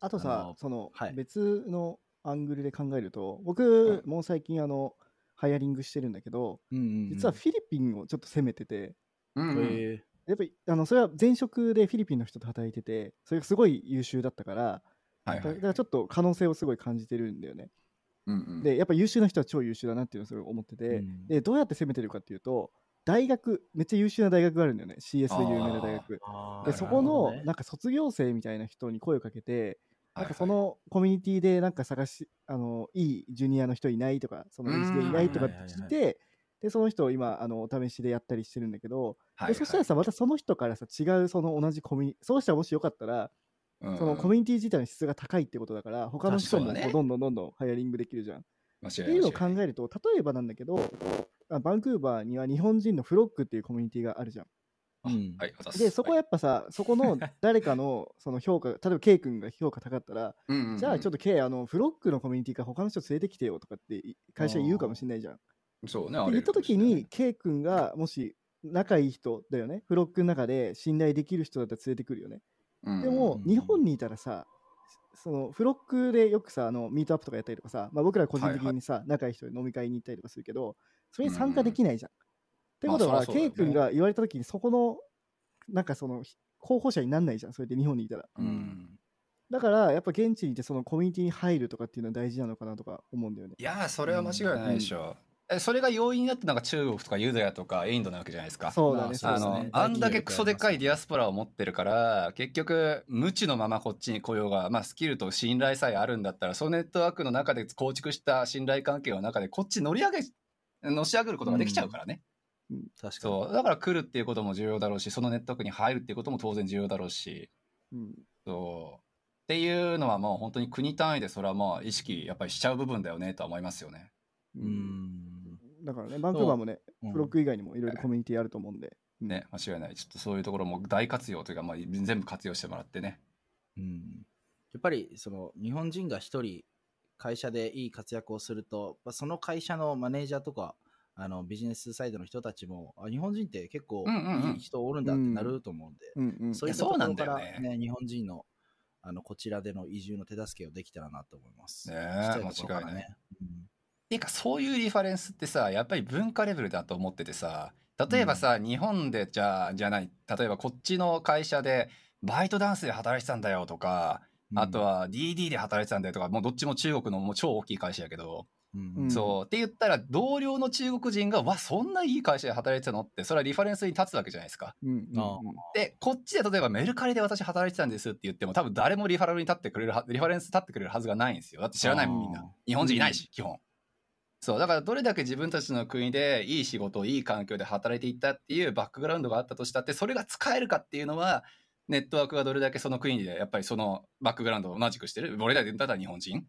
あとあさの、そのはい別のアングルで考えると、う僕、もう最近あの、ハイアリングしてるんだけど、うんうんうん実はフィリピンをちょっと攻めてて、うんへえやっぱりあのそれは前職でフィリピンの人と働いててそれがすごい優秀だったからはいだはだいか。らちょっと可能性をすごい感じてるんだよね。うんうん、でやっぱ優秀な人は超優秀だなっていうのをすごい思ってて、うんでどうやって攻めてるかっていうと大学めっちゃ優秀な大学があるんだよね CS で有名な大学。あーでなるそほこのどねなんか卒業生みたいな人に声をかけて、はいはいなんかそのコミュニティでなんか探しあのいいジュニアの人いないとかそのエンジニアいないとかって聞いて、でその人を今あのお試しでやったりしてるんだけど、はいでそしたらさまたその人からさ違うその同じコミュニそうしたらもしよかったら、はいそのコミュニティ自体の質が高いってことだから他の人も確かにこうねどんどんどんどんハイアリングできるじゃん。っ間て違いいうなのいを考えると例えばなんだけどあバンクーバーには日本人のフロックっていうコミュニティがあるじゃん。間違いないうんあはい、あざっすでそこやっぱさそこの誰かのその評価例えば K 君が評価高かったら、はいうんうんうんじゃあちょっと K あのフロックのコミュニティから他の人連れてきてよとかってい会社言うかもしれないじゃん。そうね、っありて言えるったかもし時れないねに K 君がもし仲いい人だよねフロックの中で信頼できる人だったら連れてくるよね。でうもん日本にいたらさそのフロックでよくさあのミートアップとかやったりとかさ、まあ、僕ら個人的にさ、仲いい人に飲み会に行ったりとかするけどそれに参加できないじゃん。ってことまあは、そりゃそうだよ K ね君が言われた時にそこのなんかその候補者になんないじゃんそれで日本にいたら。うんだからやっぱ現地にいてそのコミュニティに入るとかっていうのは大事なのかなとか思うんだよね。いやー、それは間違いないでしょ。えそれが要因になってなんか中国とかユダヤとかインドなわけじゃないですか。そうだねまあそうあですねのあんだけクソでかいディアスポラを持ってるから結局無知のままこっちに来ようが、まあ、スキルと信頼さえあるんだったらそのネットワークの中で構築した信頼関係の中でこっち乗り上げのし上げることができちゃうからね、確かに。そうだから来るっていうことも重要だろうしそのネットワークに入るっていうことも当然重要だろうしうんそうっていうのはもう本当に国単位でそれはまあ意識やっぱりしちゃう部分だよねとは思いますよね。ううんん。だからねバンクーバーもねうんフロック以外にもいろいろコミュニティあると思うんで。ね間違いないちょっとそういうところも大活用というか、まあ、全部活用してもらってね。うんやっぱりその日本人が一人会社でいい活躍をするとまあその会社のマネージャーとかあのビジネスサイドの人たちもあ日本人って結構うんうんうんいい人おるんだってなると思うんで、うんうんそういやったとそこうなろんだかよら、ねね日本人のあのこちらでの移住の手助けをできたらなと思います。ねえちっちゃいところから間違いないね。うんていうかそういうリファレンスってさやっぱり文化レベルだと思っててさ例えばさ、日本でじゃあじゃない例えばこっちの会社でバイトダンスで働いてたんだよとか、あと、は DD で働いてたんだよとかもうどっちも中国のもう超大きい会社やけど、うんうんそうって言ったら同僚の中国人が「わそんないい会社で働いてたの?」ってそれはリファレンスに立つわけじゃないですか。うんうんあでこっちで例えばメルカリで私働いてたんですって言っても多分誰もリファラルに立ってくれるはリファレンス立ってくれるはずがないんですよだって知らないもんみんあーな日本人いないし、基本そうだからどれだけ自分たちの国でいい仕事いい環境で働いていったっていうバックグラウンドがあったとしたってそれが使えるかっていうのはネットワークがどれだけその国でやっぱりそのバックグラウンドを同じくしてる俺らで言ったら日本人っ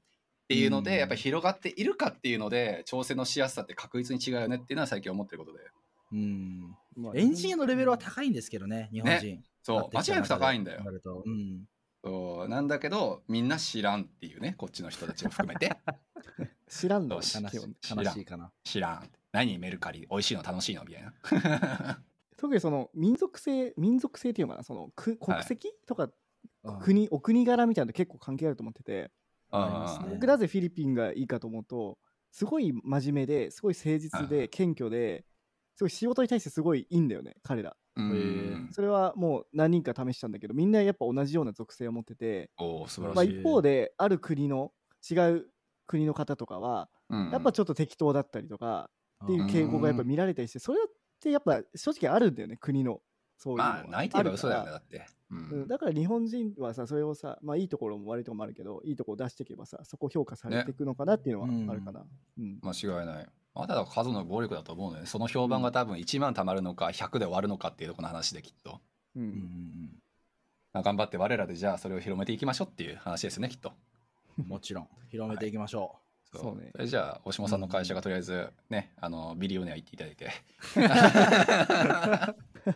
ていうのうんでやっぱり広がっているかっていうので調整のしやすさって確実に違うよねっていうのは最近思ってることでうんまあエンジニアのレベルは高いんですけどね、日本人。そう間違いなく高いんだよなるとうんそうなんだけどみんな知らんっていうねこっちの人たちも含め て知らんのどうし悲基し本知らいん悲しいかな。知らん何メルカリ美味しいの楽しいのみたいな特にその民族性民族性っていうのかなそのく国籍、とかうん国お国柄みたいなの結構関係あると思っててありますねうん僕なぜフィリピンがいいかと思うとすごい真面目ですごい誠実はで謙虚ですごい仕事に対してすごいいいんだよね彼らうんそれはもう何人か試したんだけどみんなやっぱ同じような属性を持ってて、おー素晴まあ、らしいい、一方である国の違う国の方とかはうんやっぱちょっと適当だったりとかっていう経傾向がやっぱ見られたりしてそれってやっぱ正直あるんだよね国のそういうのはまあないと言えばある嘘かだらよねだって、ううんんだから日本人はさ、それをさ、まあいいところも悪いところもあるけど、いいところを出していけばさ、そこを評価されていくのかなっていうのねはあるかな。うん間違いないあただ数の暴力だと思うのよねその評判が多分1万貯まるのか100で終わるのかっていうとこの話できっとうんうんうんまあ頑張って我らでじゃあそれを広めていきましょうっていう話ですねきっと うんもちろん、広めていきましょそうねそれじゃあ大下さんの会社がとりあえずね、あのビリオネア行っていただい て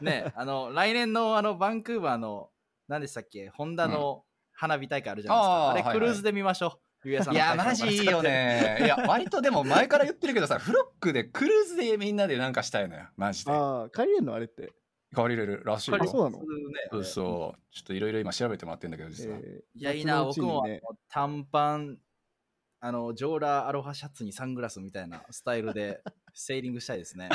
う。ね、あの、来年のあの、バンクーバーの、何でしたっけ、ホンダの花火大会あるじゃあーないですか。はあいれ、はいクルーズで見ましょう。ゆえさんいの会や社のマジいいよねいや割とでも前から言ってるけどさフロックでクルーズでみんなでなんかしたいのよマジでああ、帰れるのあれって。借りれるらしいよあそうなの普通ねそうそうちょっといろいろ今調べてもらってんだけど実は、えーいや、いいな、夏僕のうちにもね短パン、あのジョーラーアロハシャツにサングラスみたいなスタイルでセーリングしたいですね。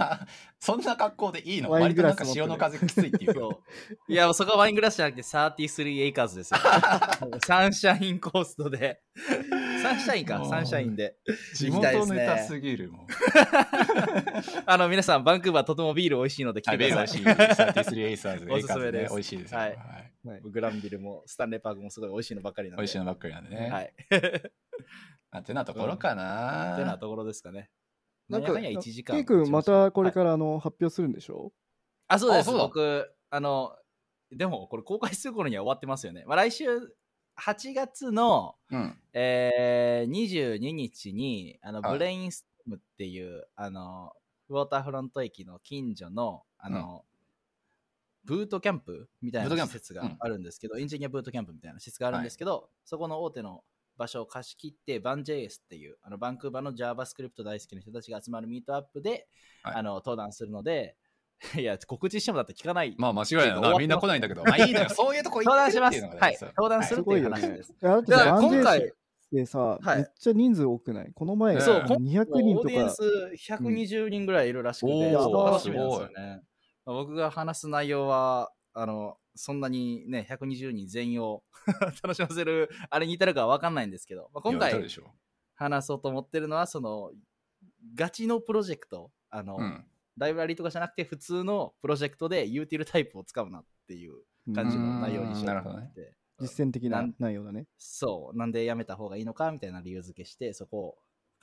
そんな格好でいいのワイ割ンとグなラんスか潮の風きついっていうかそういや、そこはワイングラスじゃなくて33エイカー ズですよ。サンシャインコーストで。サンシャインか、もうサンシャインで。地行きたいで元すねネタすぎるもん。あの、皆さん、バンクーバーとてもビール美味しいので来あてベくール美だ味さしい。い。33エイサ ーズ、エおイすカすーズめねで、す美味しいですよ。ははいい グランビルもスタンレーパークもすごい美味しいのばっかりなんで。美味しいのばっかりなんでね。はい。あてなところかな。ってなところですかね。なんかなんやかんや1時間。ケイ君またこれからあの発表するんでしょ、あ、そうであす。そうだ僕、あの、でも、これ公開する頃には終わってますよね。まあ、来週、8月の、うん。えー、22日に、あの、はいブレインストームっていう、あの、ウォーターフロント駅の近所の、あの、ブートキャンプみたいブートなキャ施ンプ設があるんですけど、エンジニアブートキャンプみたいな施設があるんですけど、そこの大手の場所を貸し切って、バン JS っていう、あのバンクーバーの JavaScript 大好きな人たちが集まるミートアップで、はいあの登壇するので、 いや、告知してもだって聞かないまあ間違いないよな。みんな来ないんだけど。まあいいのよ。そういうとこ行登壇ってしるっていうます。のがねはい。そう登壇すするってごいいうんよ話ねです。。いやだってだからさバンジェ今イ回、でさ、はいめっちゃ人数多くないこの前、そうあの200人オーとディエンかス120人ぐらいいるらしくて、うんおー楽しみなんですよね。まあ僕が話す内容は、あの、そんなにね、120人全員を 楽しませる、あれに至るかは分かんないんですけど、まあ、今いやいた回でしょ話そうと思ってるのは、その、ガチのプロジェクト、あの、うん。ライブラリとかじゃなくて、普通のプロジェクトでユーティルタイプを使うなっていう感じの内容にしようと思うんなるって。実践的ななん内容だね。そう、なんでやめた方がいいのかみたいな理由付けして、そこを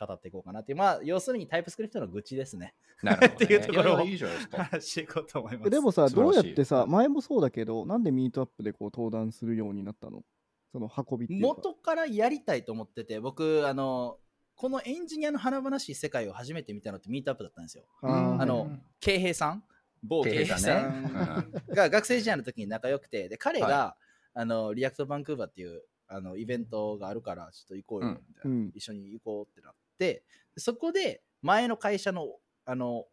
語っていこうかなっていう、まあ、要するにタイプスクリプトの愚痴ですね。なるほどね。 っていうところをやいいじゃないです か。話していこうと思いまえす。でもさ、素晴どらうしいやってさ、前もそうだけど、なんでミートアップでこう登壇するようになったのその運びっていうか。元からやりたいと思ってて、僕、あの、このエンジニアの華々しい世界を初めて見たのってミートアップだったんですよ。あーあの慶平さん某経慶営平者さんね。うんが学生時代の時に仲良くて、で、彼が、はあの、リアクトバンクーバーっていう、あの、イベントがあるから、ちょっと行こうよ、みたいな。うん。一緒に行こうってなってそこで前の会社のあの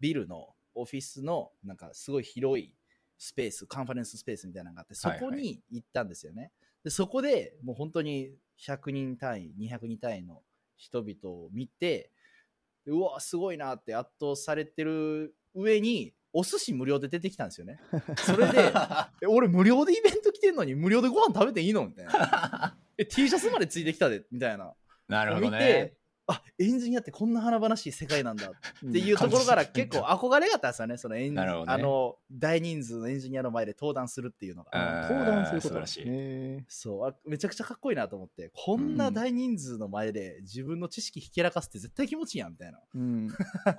ビルのオフィスのなんかすごい広いスペースカンファレンススペースみたいなのがあってそはいはいこに行ったんですよね、でそこでもう本当に100人単位200人単位の人々を見てでうわすごいなって圧倒されてる上にお寿司無料で出てきたんで すよねそれでえ俺無料でイベント来てんのに無料でご飯食べていいのみたいな え T シャツまでついてきたでみたいななるほど見てね。あエンジニアってこんな華々しい世界なんだっっていうところから結構憧れがあったんですよね、そのエンジなるほどねあの大人数のエンジニアの前で登壇するっていうのが。登壇するこ素晴とらしい。ね。そうあめちゃくちゃかっこいいなと思って、こんな大人数の前で自分の知識ひけらかすって絶対気持ちいいやんみたいな。うん。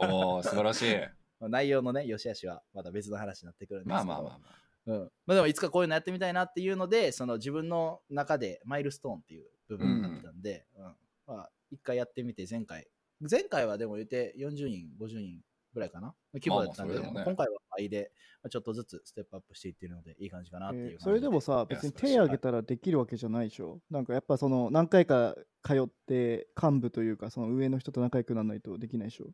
おお、素晴らし い。まあ内容のね、良し悪しはまた別の話になってくるんですけど、まあまあまあまあ。うんまあ、でもいつかこういうのやってみたいなっていうのでその自分の中でマイルストーンっていう部分だったんで、うんまあ、一回やってみて前回前回はでも言って40人50人ぐらいかな規模だったんまで,、あまあそれでもね今回は倍でまあちょっとずつステップアップしていってるのでいい感じかなっていう感じそれでもさ、いや別に素晴らしい手挙げたらできるわけじゃないでしょ。なんかやっぱその、何回か通って、幹部というか、その上の人と仲良くならないとできないでしょ。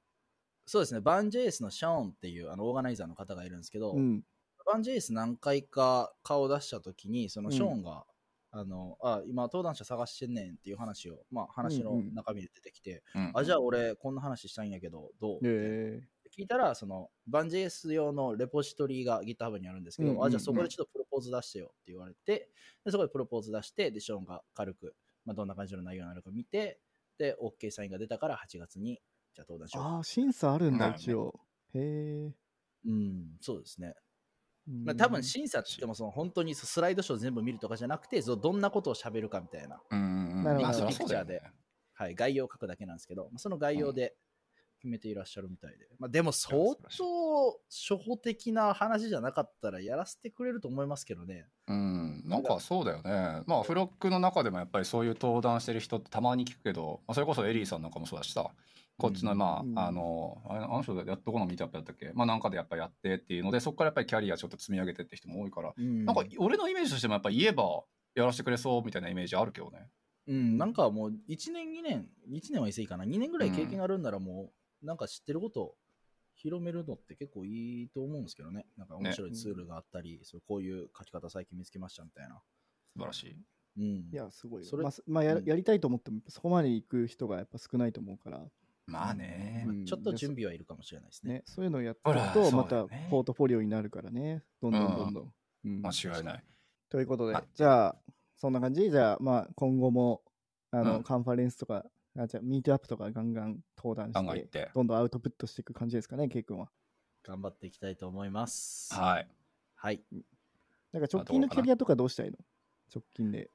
そうですねバンジェイスのショーンっていうあのオーガナイザーの方がいるんですけど、うん。バンジェイス何回か顔出した時にそのショーンが、あのあ今登壇者探してんねんっていう話を、まあ、話うんのうん中身で出てきて、うんあじゃあ俺こんな話したいんやけどどうみたいなえ聞いたらそのバン JS 用のレポジトリが GitHub にあるんですけど、うんうんうんあじゃあそこでちょっとプロポーズ出してよって言われてでそこでプロポーズ出してでショーンが軽く、まあ、どんな感じの内容になるか見てで OK サインが出たから8月にじゃあ登壇しー、よああ、審査あるんなだ、るね一応。へえ。ううんそうですね、ままあ、多分審査って言ってもその本当にスライドショー全部見るとかじゃなくてそのどんなことを喋るかみたいな、うんうんなるほどまあそりゃそうだよピクねチはい、概要を書くだけなんですけどまあその概要で決めていらっしゃるみたいで、まあ、でも相当初歩的な話じゃなかったらやらせてくれると思いますけどねうん、なんかそうだよね。まあフロックの中でもやっぱりそういう登壇してる人ってたまに聞くけど、まあ、それこそエリーさんなんかもそうだしさ、こっちのまあ、うんあの、あれあの人やっとこのミートアップだったっけまあなんかでやっぱやってっていうので、そこからやっぱりキャリアちょっと積み上げてって人も多いから、うんなんか俺のイメージとしてもやっぱ言えばやらせてくれそうみたいなイメージあるけどね。うん、なんかもう1年2年1年は言い過ぎかな2年ぐらい経験あるんならもうなんか知ってることを広めるのって結構いいと思うんですけどねなんか面白いツールがあったり、そうこういう書き方最近見つけましたみたいな素晴らしい。うんいや、すごいよ。それまあすまあやうんやりたいと思っても、そこまで行く人がやっぱ少ないと思うから、まあねう。んちょっと準備はいるかもしれないですね。ね、そういうのをやってほるらと、そうまだたよねポートフォリオになるからね、どんどんどんどん。うん間違いない。ということであ、じゃあ、そんな感じじゃあ、まあ、今後も、あの、うんカンファレンスとか、あじゃあ、ミートアップとかガンガン登壇ガンガンし、行ってて。どんどんアウトプットしていく感じですかね、ケイ君は。頑張っていきたいと思います。い。はい。はい、なんか直近のキャリアとかどうしたいの直近で。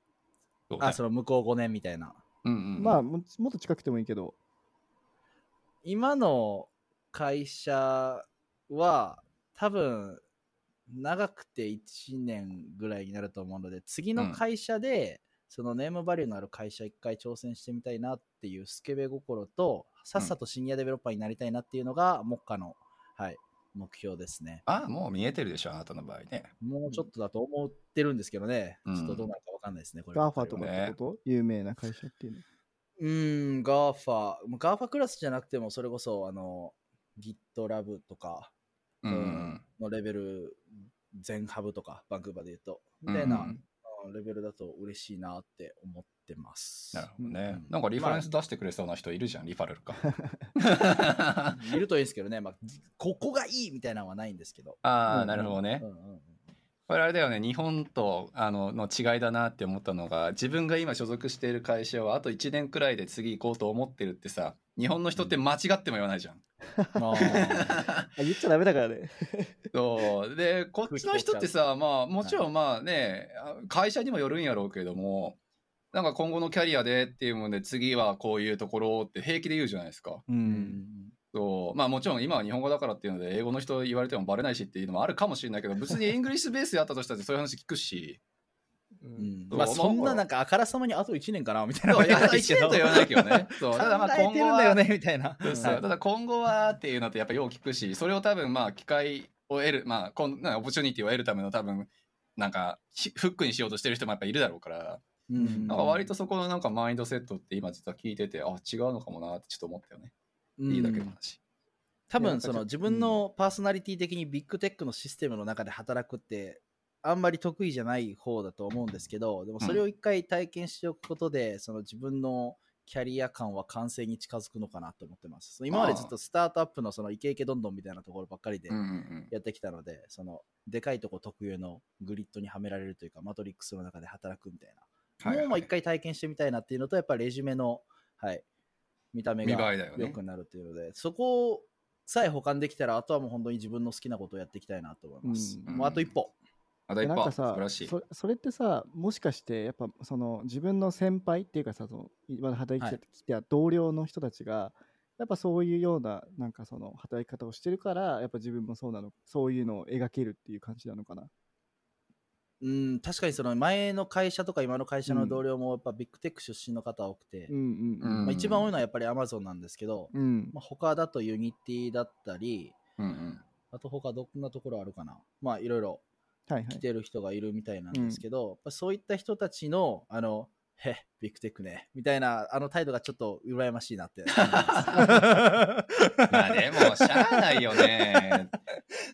そうねあ、その向こう5年みたいな。うんうんうん。まあ、ももっと近くてもいいけど、今の会社は多分長くて1年ぐらいになると思うので次の会社で、そのネームバリューのある会社一回挑戦してみたいなっていうスケベ心とさっさとシニアデベロッパーになりたいなっていうのが目下の、はい、目標ですねああ、もう見えてるでしょ、あなたの場合ね。もうちょっとだと思ってるんですけどね、うんちょっとどうなるか分かんないですねこれガーファとねかってこと、有名な会社っていうの。うーん、ガーファー。ガーファクラスじゃなくても、それこそ、あの、GitLab とかうんうんううんん。のレベル、全ハブとか、バンクーバーで言うと、うみんたういんな、うんレベルだと嬉しいなって思ってます。なるほどねう。んなんかリファレンス出してくれそうな人いるじゃん、リファレルか。いるといいんですけどね、まあ、ぎここがいいみたいなのはないんですけど。あ うあ、んなるほどねう ん。うんうんこれあれだよね、日本とあのの違いだなって思ったのが、自分が今所属している会社はあと1年くらいで次行こうと思ってるってさ、日本の人って間違っても言わないじゃん。あーあ言っちゃダメだからね。そう。で、こっちの人ってさ、まあ、もちろんまあね、あ会社にもよるんやろうけども、なんか今後のキャリアでっていうもんで、次はこういうところって平気で言うじゃないですか。う。うんんそう。まあもちろん今は日本語だからっていうので、英語の人言われてもバレないしっていうのもあるかもしれない けど、別にイングリッシュベースであったとしたってそういう話聞くし。ううんまあ、そんななんかあからさまにあと1年かなみ たいなのそはう、い言やわな1いけ年どとは言わないけどね。 そう。ただまあ今考えて後るんはだよねみたいな。そうそうただ今後はっていうのってやっぱよう聞くしそれを多分まあ機会を得るまあこんなオポチュニティを得るための多分なんかひフックにしようとしてる人もやっぱいるだろうからうんなんか割とそこのなんかマインドセットって今実は聞いててあ違うのかもなってちょっと思ったよねいいだけの話多やっ分ぱちそょの自分のパーソナリティ的にビッグテックのシステムの中で働くってあんまり得意じゃない方だと思うんですけどでもそれを一回体験しておくことでその自分のキャリア感は完成に近づくのかなと思ってますその今までずっとスタートアップのそのイケイケどんどんみたいなところばっかりでうんうんうんやってきたのでそのでかいとこ特有のグリッドにはめられるというかマトリックスの中で働くみたいなはいはいもう一回体験してみたいなっていうのと、やっぱりレジュメの、はい、見た目が見栄えだよね良くなるっていうので、そこさえ保管できたら、あとはもう本当に自分の好きなことをやっていきたいなと思います。うんもうあと一歩。また一なん歩か素さ晴らしいそ、それってさ、もしかして、やっぱその自分の先輩っていうかさ、その今まで働いてきた同僚の人たちが、やっぱそういうような、なんかその働き方をしてるから、やっぱ自分もそうなの、そういうのを描けるっていう感じなのかな。うん、確かにその前の会社とか今の会社うのん同僚もやっぱビッグテック出身の方多くて、うんうんまあ、一番多いのはやっぱり Amazon なんですけど、うん。うん。まあ、他だとユニティだったり、うんうんあと他どんなところあるかな。まあいろいろはいは来い。てる人がいるみたいなんですけど、やっぱそういった人たちの、あの、へ、ビッグテックね、みたいな、あの態度がちょっと羨ましいなって思い ます。まあでもしゃあないよね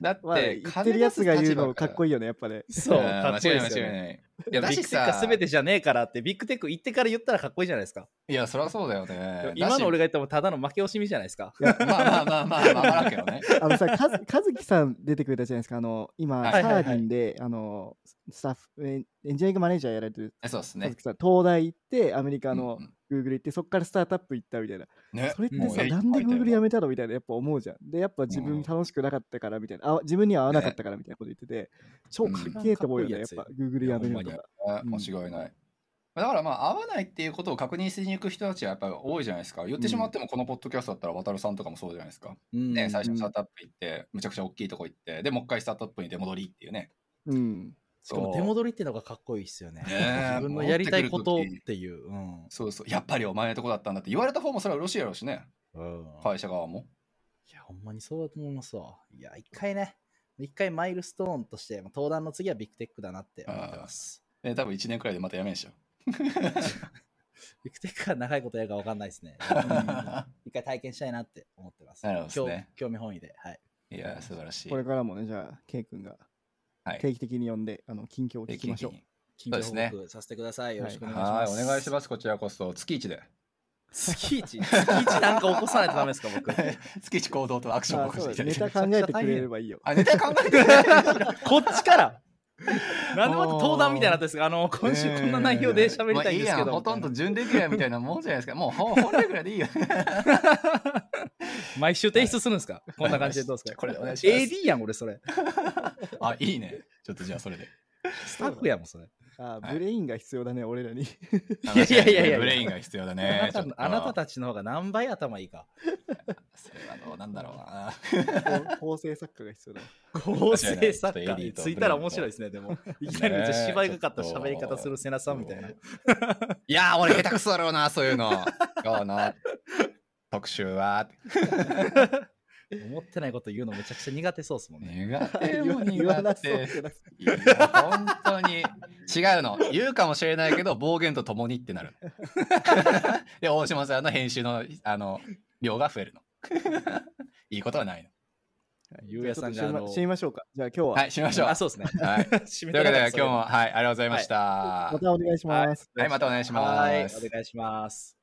だって、まあ、言ってるやつが言うのかっこいいよね、やっ ぱね。そう、うんかっこいいですよ間違いない間違ね。いないいや出しビッグてさか全てじゃねえからって、ビッグテック言ってから言ったらかっこいいじゃないですか。いやそりゃそうだよね今のが俺が言ってもただの負け惜しみじゃないですか。まあまあまあまあまあまあけどねあのさ、かずかずきさん出てくれたじゃないですか、あの今、はいはサーいはいディンで、あのスタッフ、エンエンジニアリングマネージャーやられてるそうですかねずきさん、東大行って、アメリカのうん Google 行って、そっからスタートアップ行ったみたいな、ねそれってもうさ、いっぱないんでいたよ Google 辞めたのみたいな、やっぱ思うじゃん。で、やっぱ自う分ん楽しくなかったからみたいな、あ自分には合わなかったからみたいなこと言ってて、超かっけえと思うよね、うんやっぱ Google 辞めるのとねか。うん間違いない。だからまあ合わないっていうことを確認しに行く人たちはやっぱり多いじゃないですか。言ってしまってもこのポッドキャストだったら渡るさんとかもそうじゃないですか。ね、最初にスタートアップ行って、むちゃくちゃ大きいとこ行って、で、もう一回スタートアップに出戻りっていうね。うん。しかもそう手戻りっていうのがかっこいいですよね。ねえ自分のやりたいことっ戻っていう。うんそうそう。やっぱりお前のとこだったんだって言われた方もそれは嬉しいやろうしね。うん会社側も。いや、ほんまにそうだと思いますわ。いや、一回ね、一回マイルストーンとして、まあ登壇の次はビッグテックだなって思ってます。で、多分1年くらいでまたやめんしょ。ビッグテックが長いことやるか分かんないで すね。な一回体験したいなって思ってます。るほどですね。興興味本位で。はい。いや、素晴らしい。これからもね、じゃあ、ケイ君がはい定期的に呼んで、あの近況をで聞きましょう。元近況そうです報告させてください。よろしくお願いしはまいす。お願いしますこちらこそ月一です。月一月一なんか起こさないとダメですか、僕。 月一行動とアクションをあ起こそうしだていただネいてタ考えてくれれば いいよ。あネタ考えてくれるこっちからなんでまた登壇みたいになったんですかあの、 今週こんな内容で喋りたいんですけまあいいやど。んほとんど準レギュラーみたいなもんじゃないですか。もうほ本レギュラーでいい よ。毎週提出するんですかこんな感じでどうですかこれお願いします AD やん、俺、それ。あ、いいね。ちょっとじゃあそれで。スタッフやもん、それ。あはいブレインが必要だね、俺らに。いやいやいやいやブレインが必要だあねな。たあなたちょったちの方が何倍頭いいか。とそれはどうなんだろうな。構成作家が必要だわ。構成作ちょ家っとエリーにトついたら面白いですね、でも。いきなりめっちゃ芝居がかった喋り方する瀬名さんみ たいな。いやー、俺下手くそだろうな、そういうの。今日の特集 は。思ってないこと言うのめちゃくちゃ苦手そうですもんね。苦手言もわ言わ苦なそう手。けど。いや本当に違うの言うかもしれないけど暴言とともにってなるで大島さんの 編集のあの量が増えるの いいことはないのゆうやさんじゃがああちょっと締めのま、締めましょうか。じゃあ今日は、はいしましょうあ、そうですね。はい、というわけ締めてなかっでたそれ今日もはいありがとうございました、またお願いします。はいまたお願いしますはい、お願いします。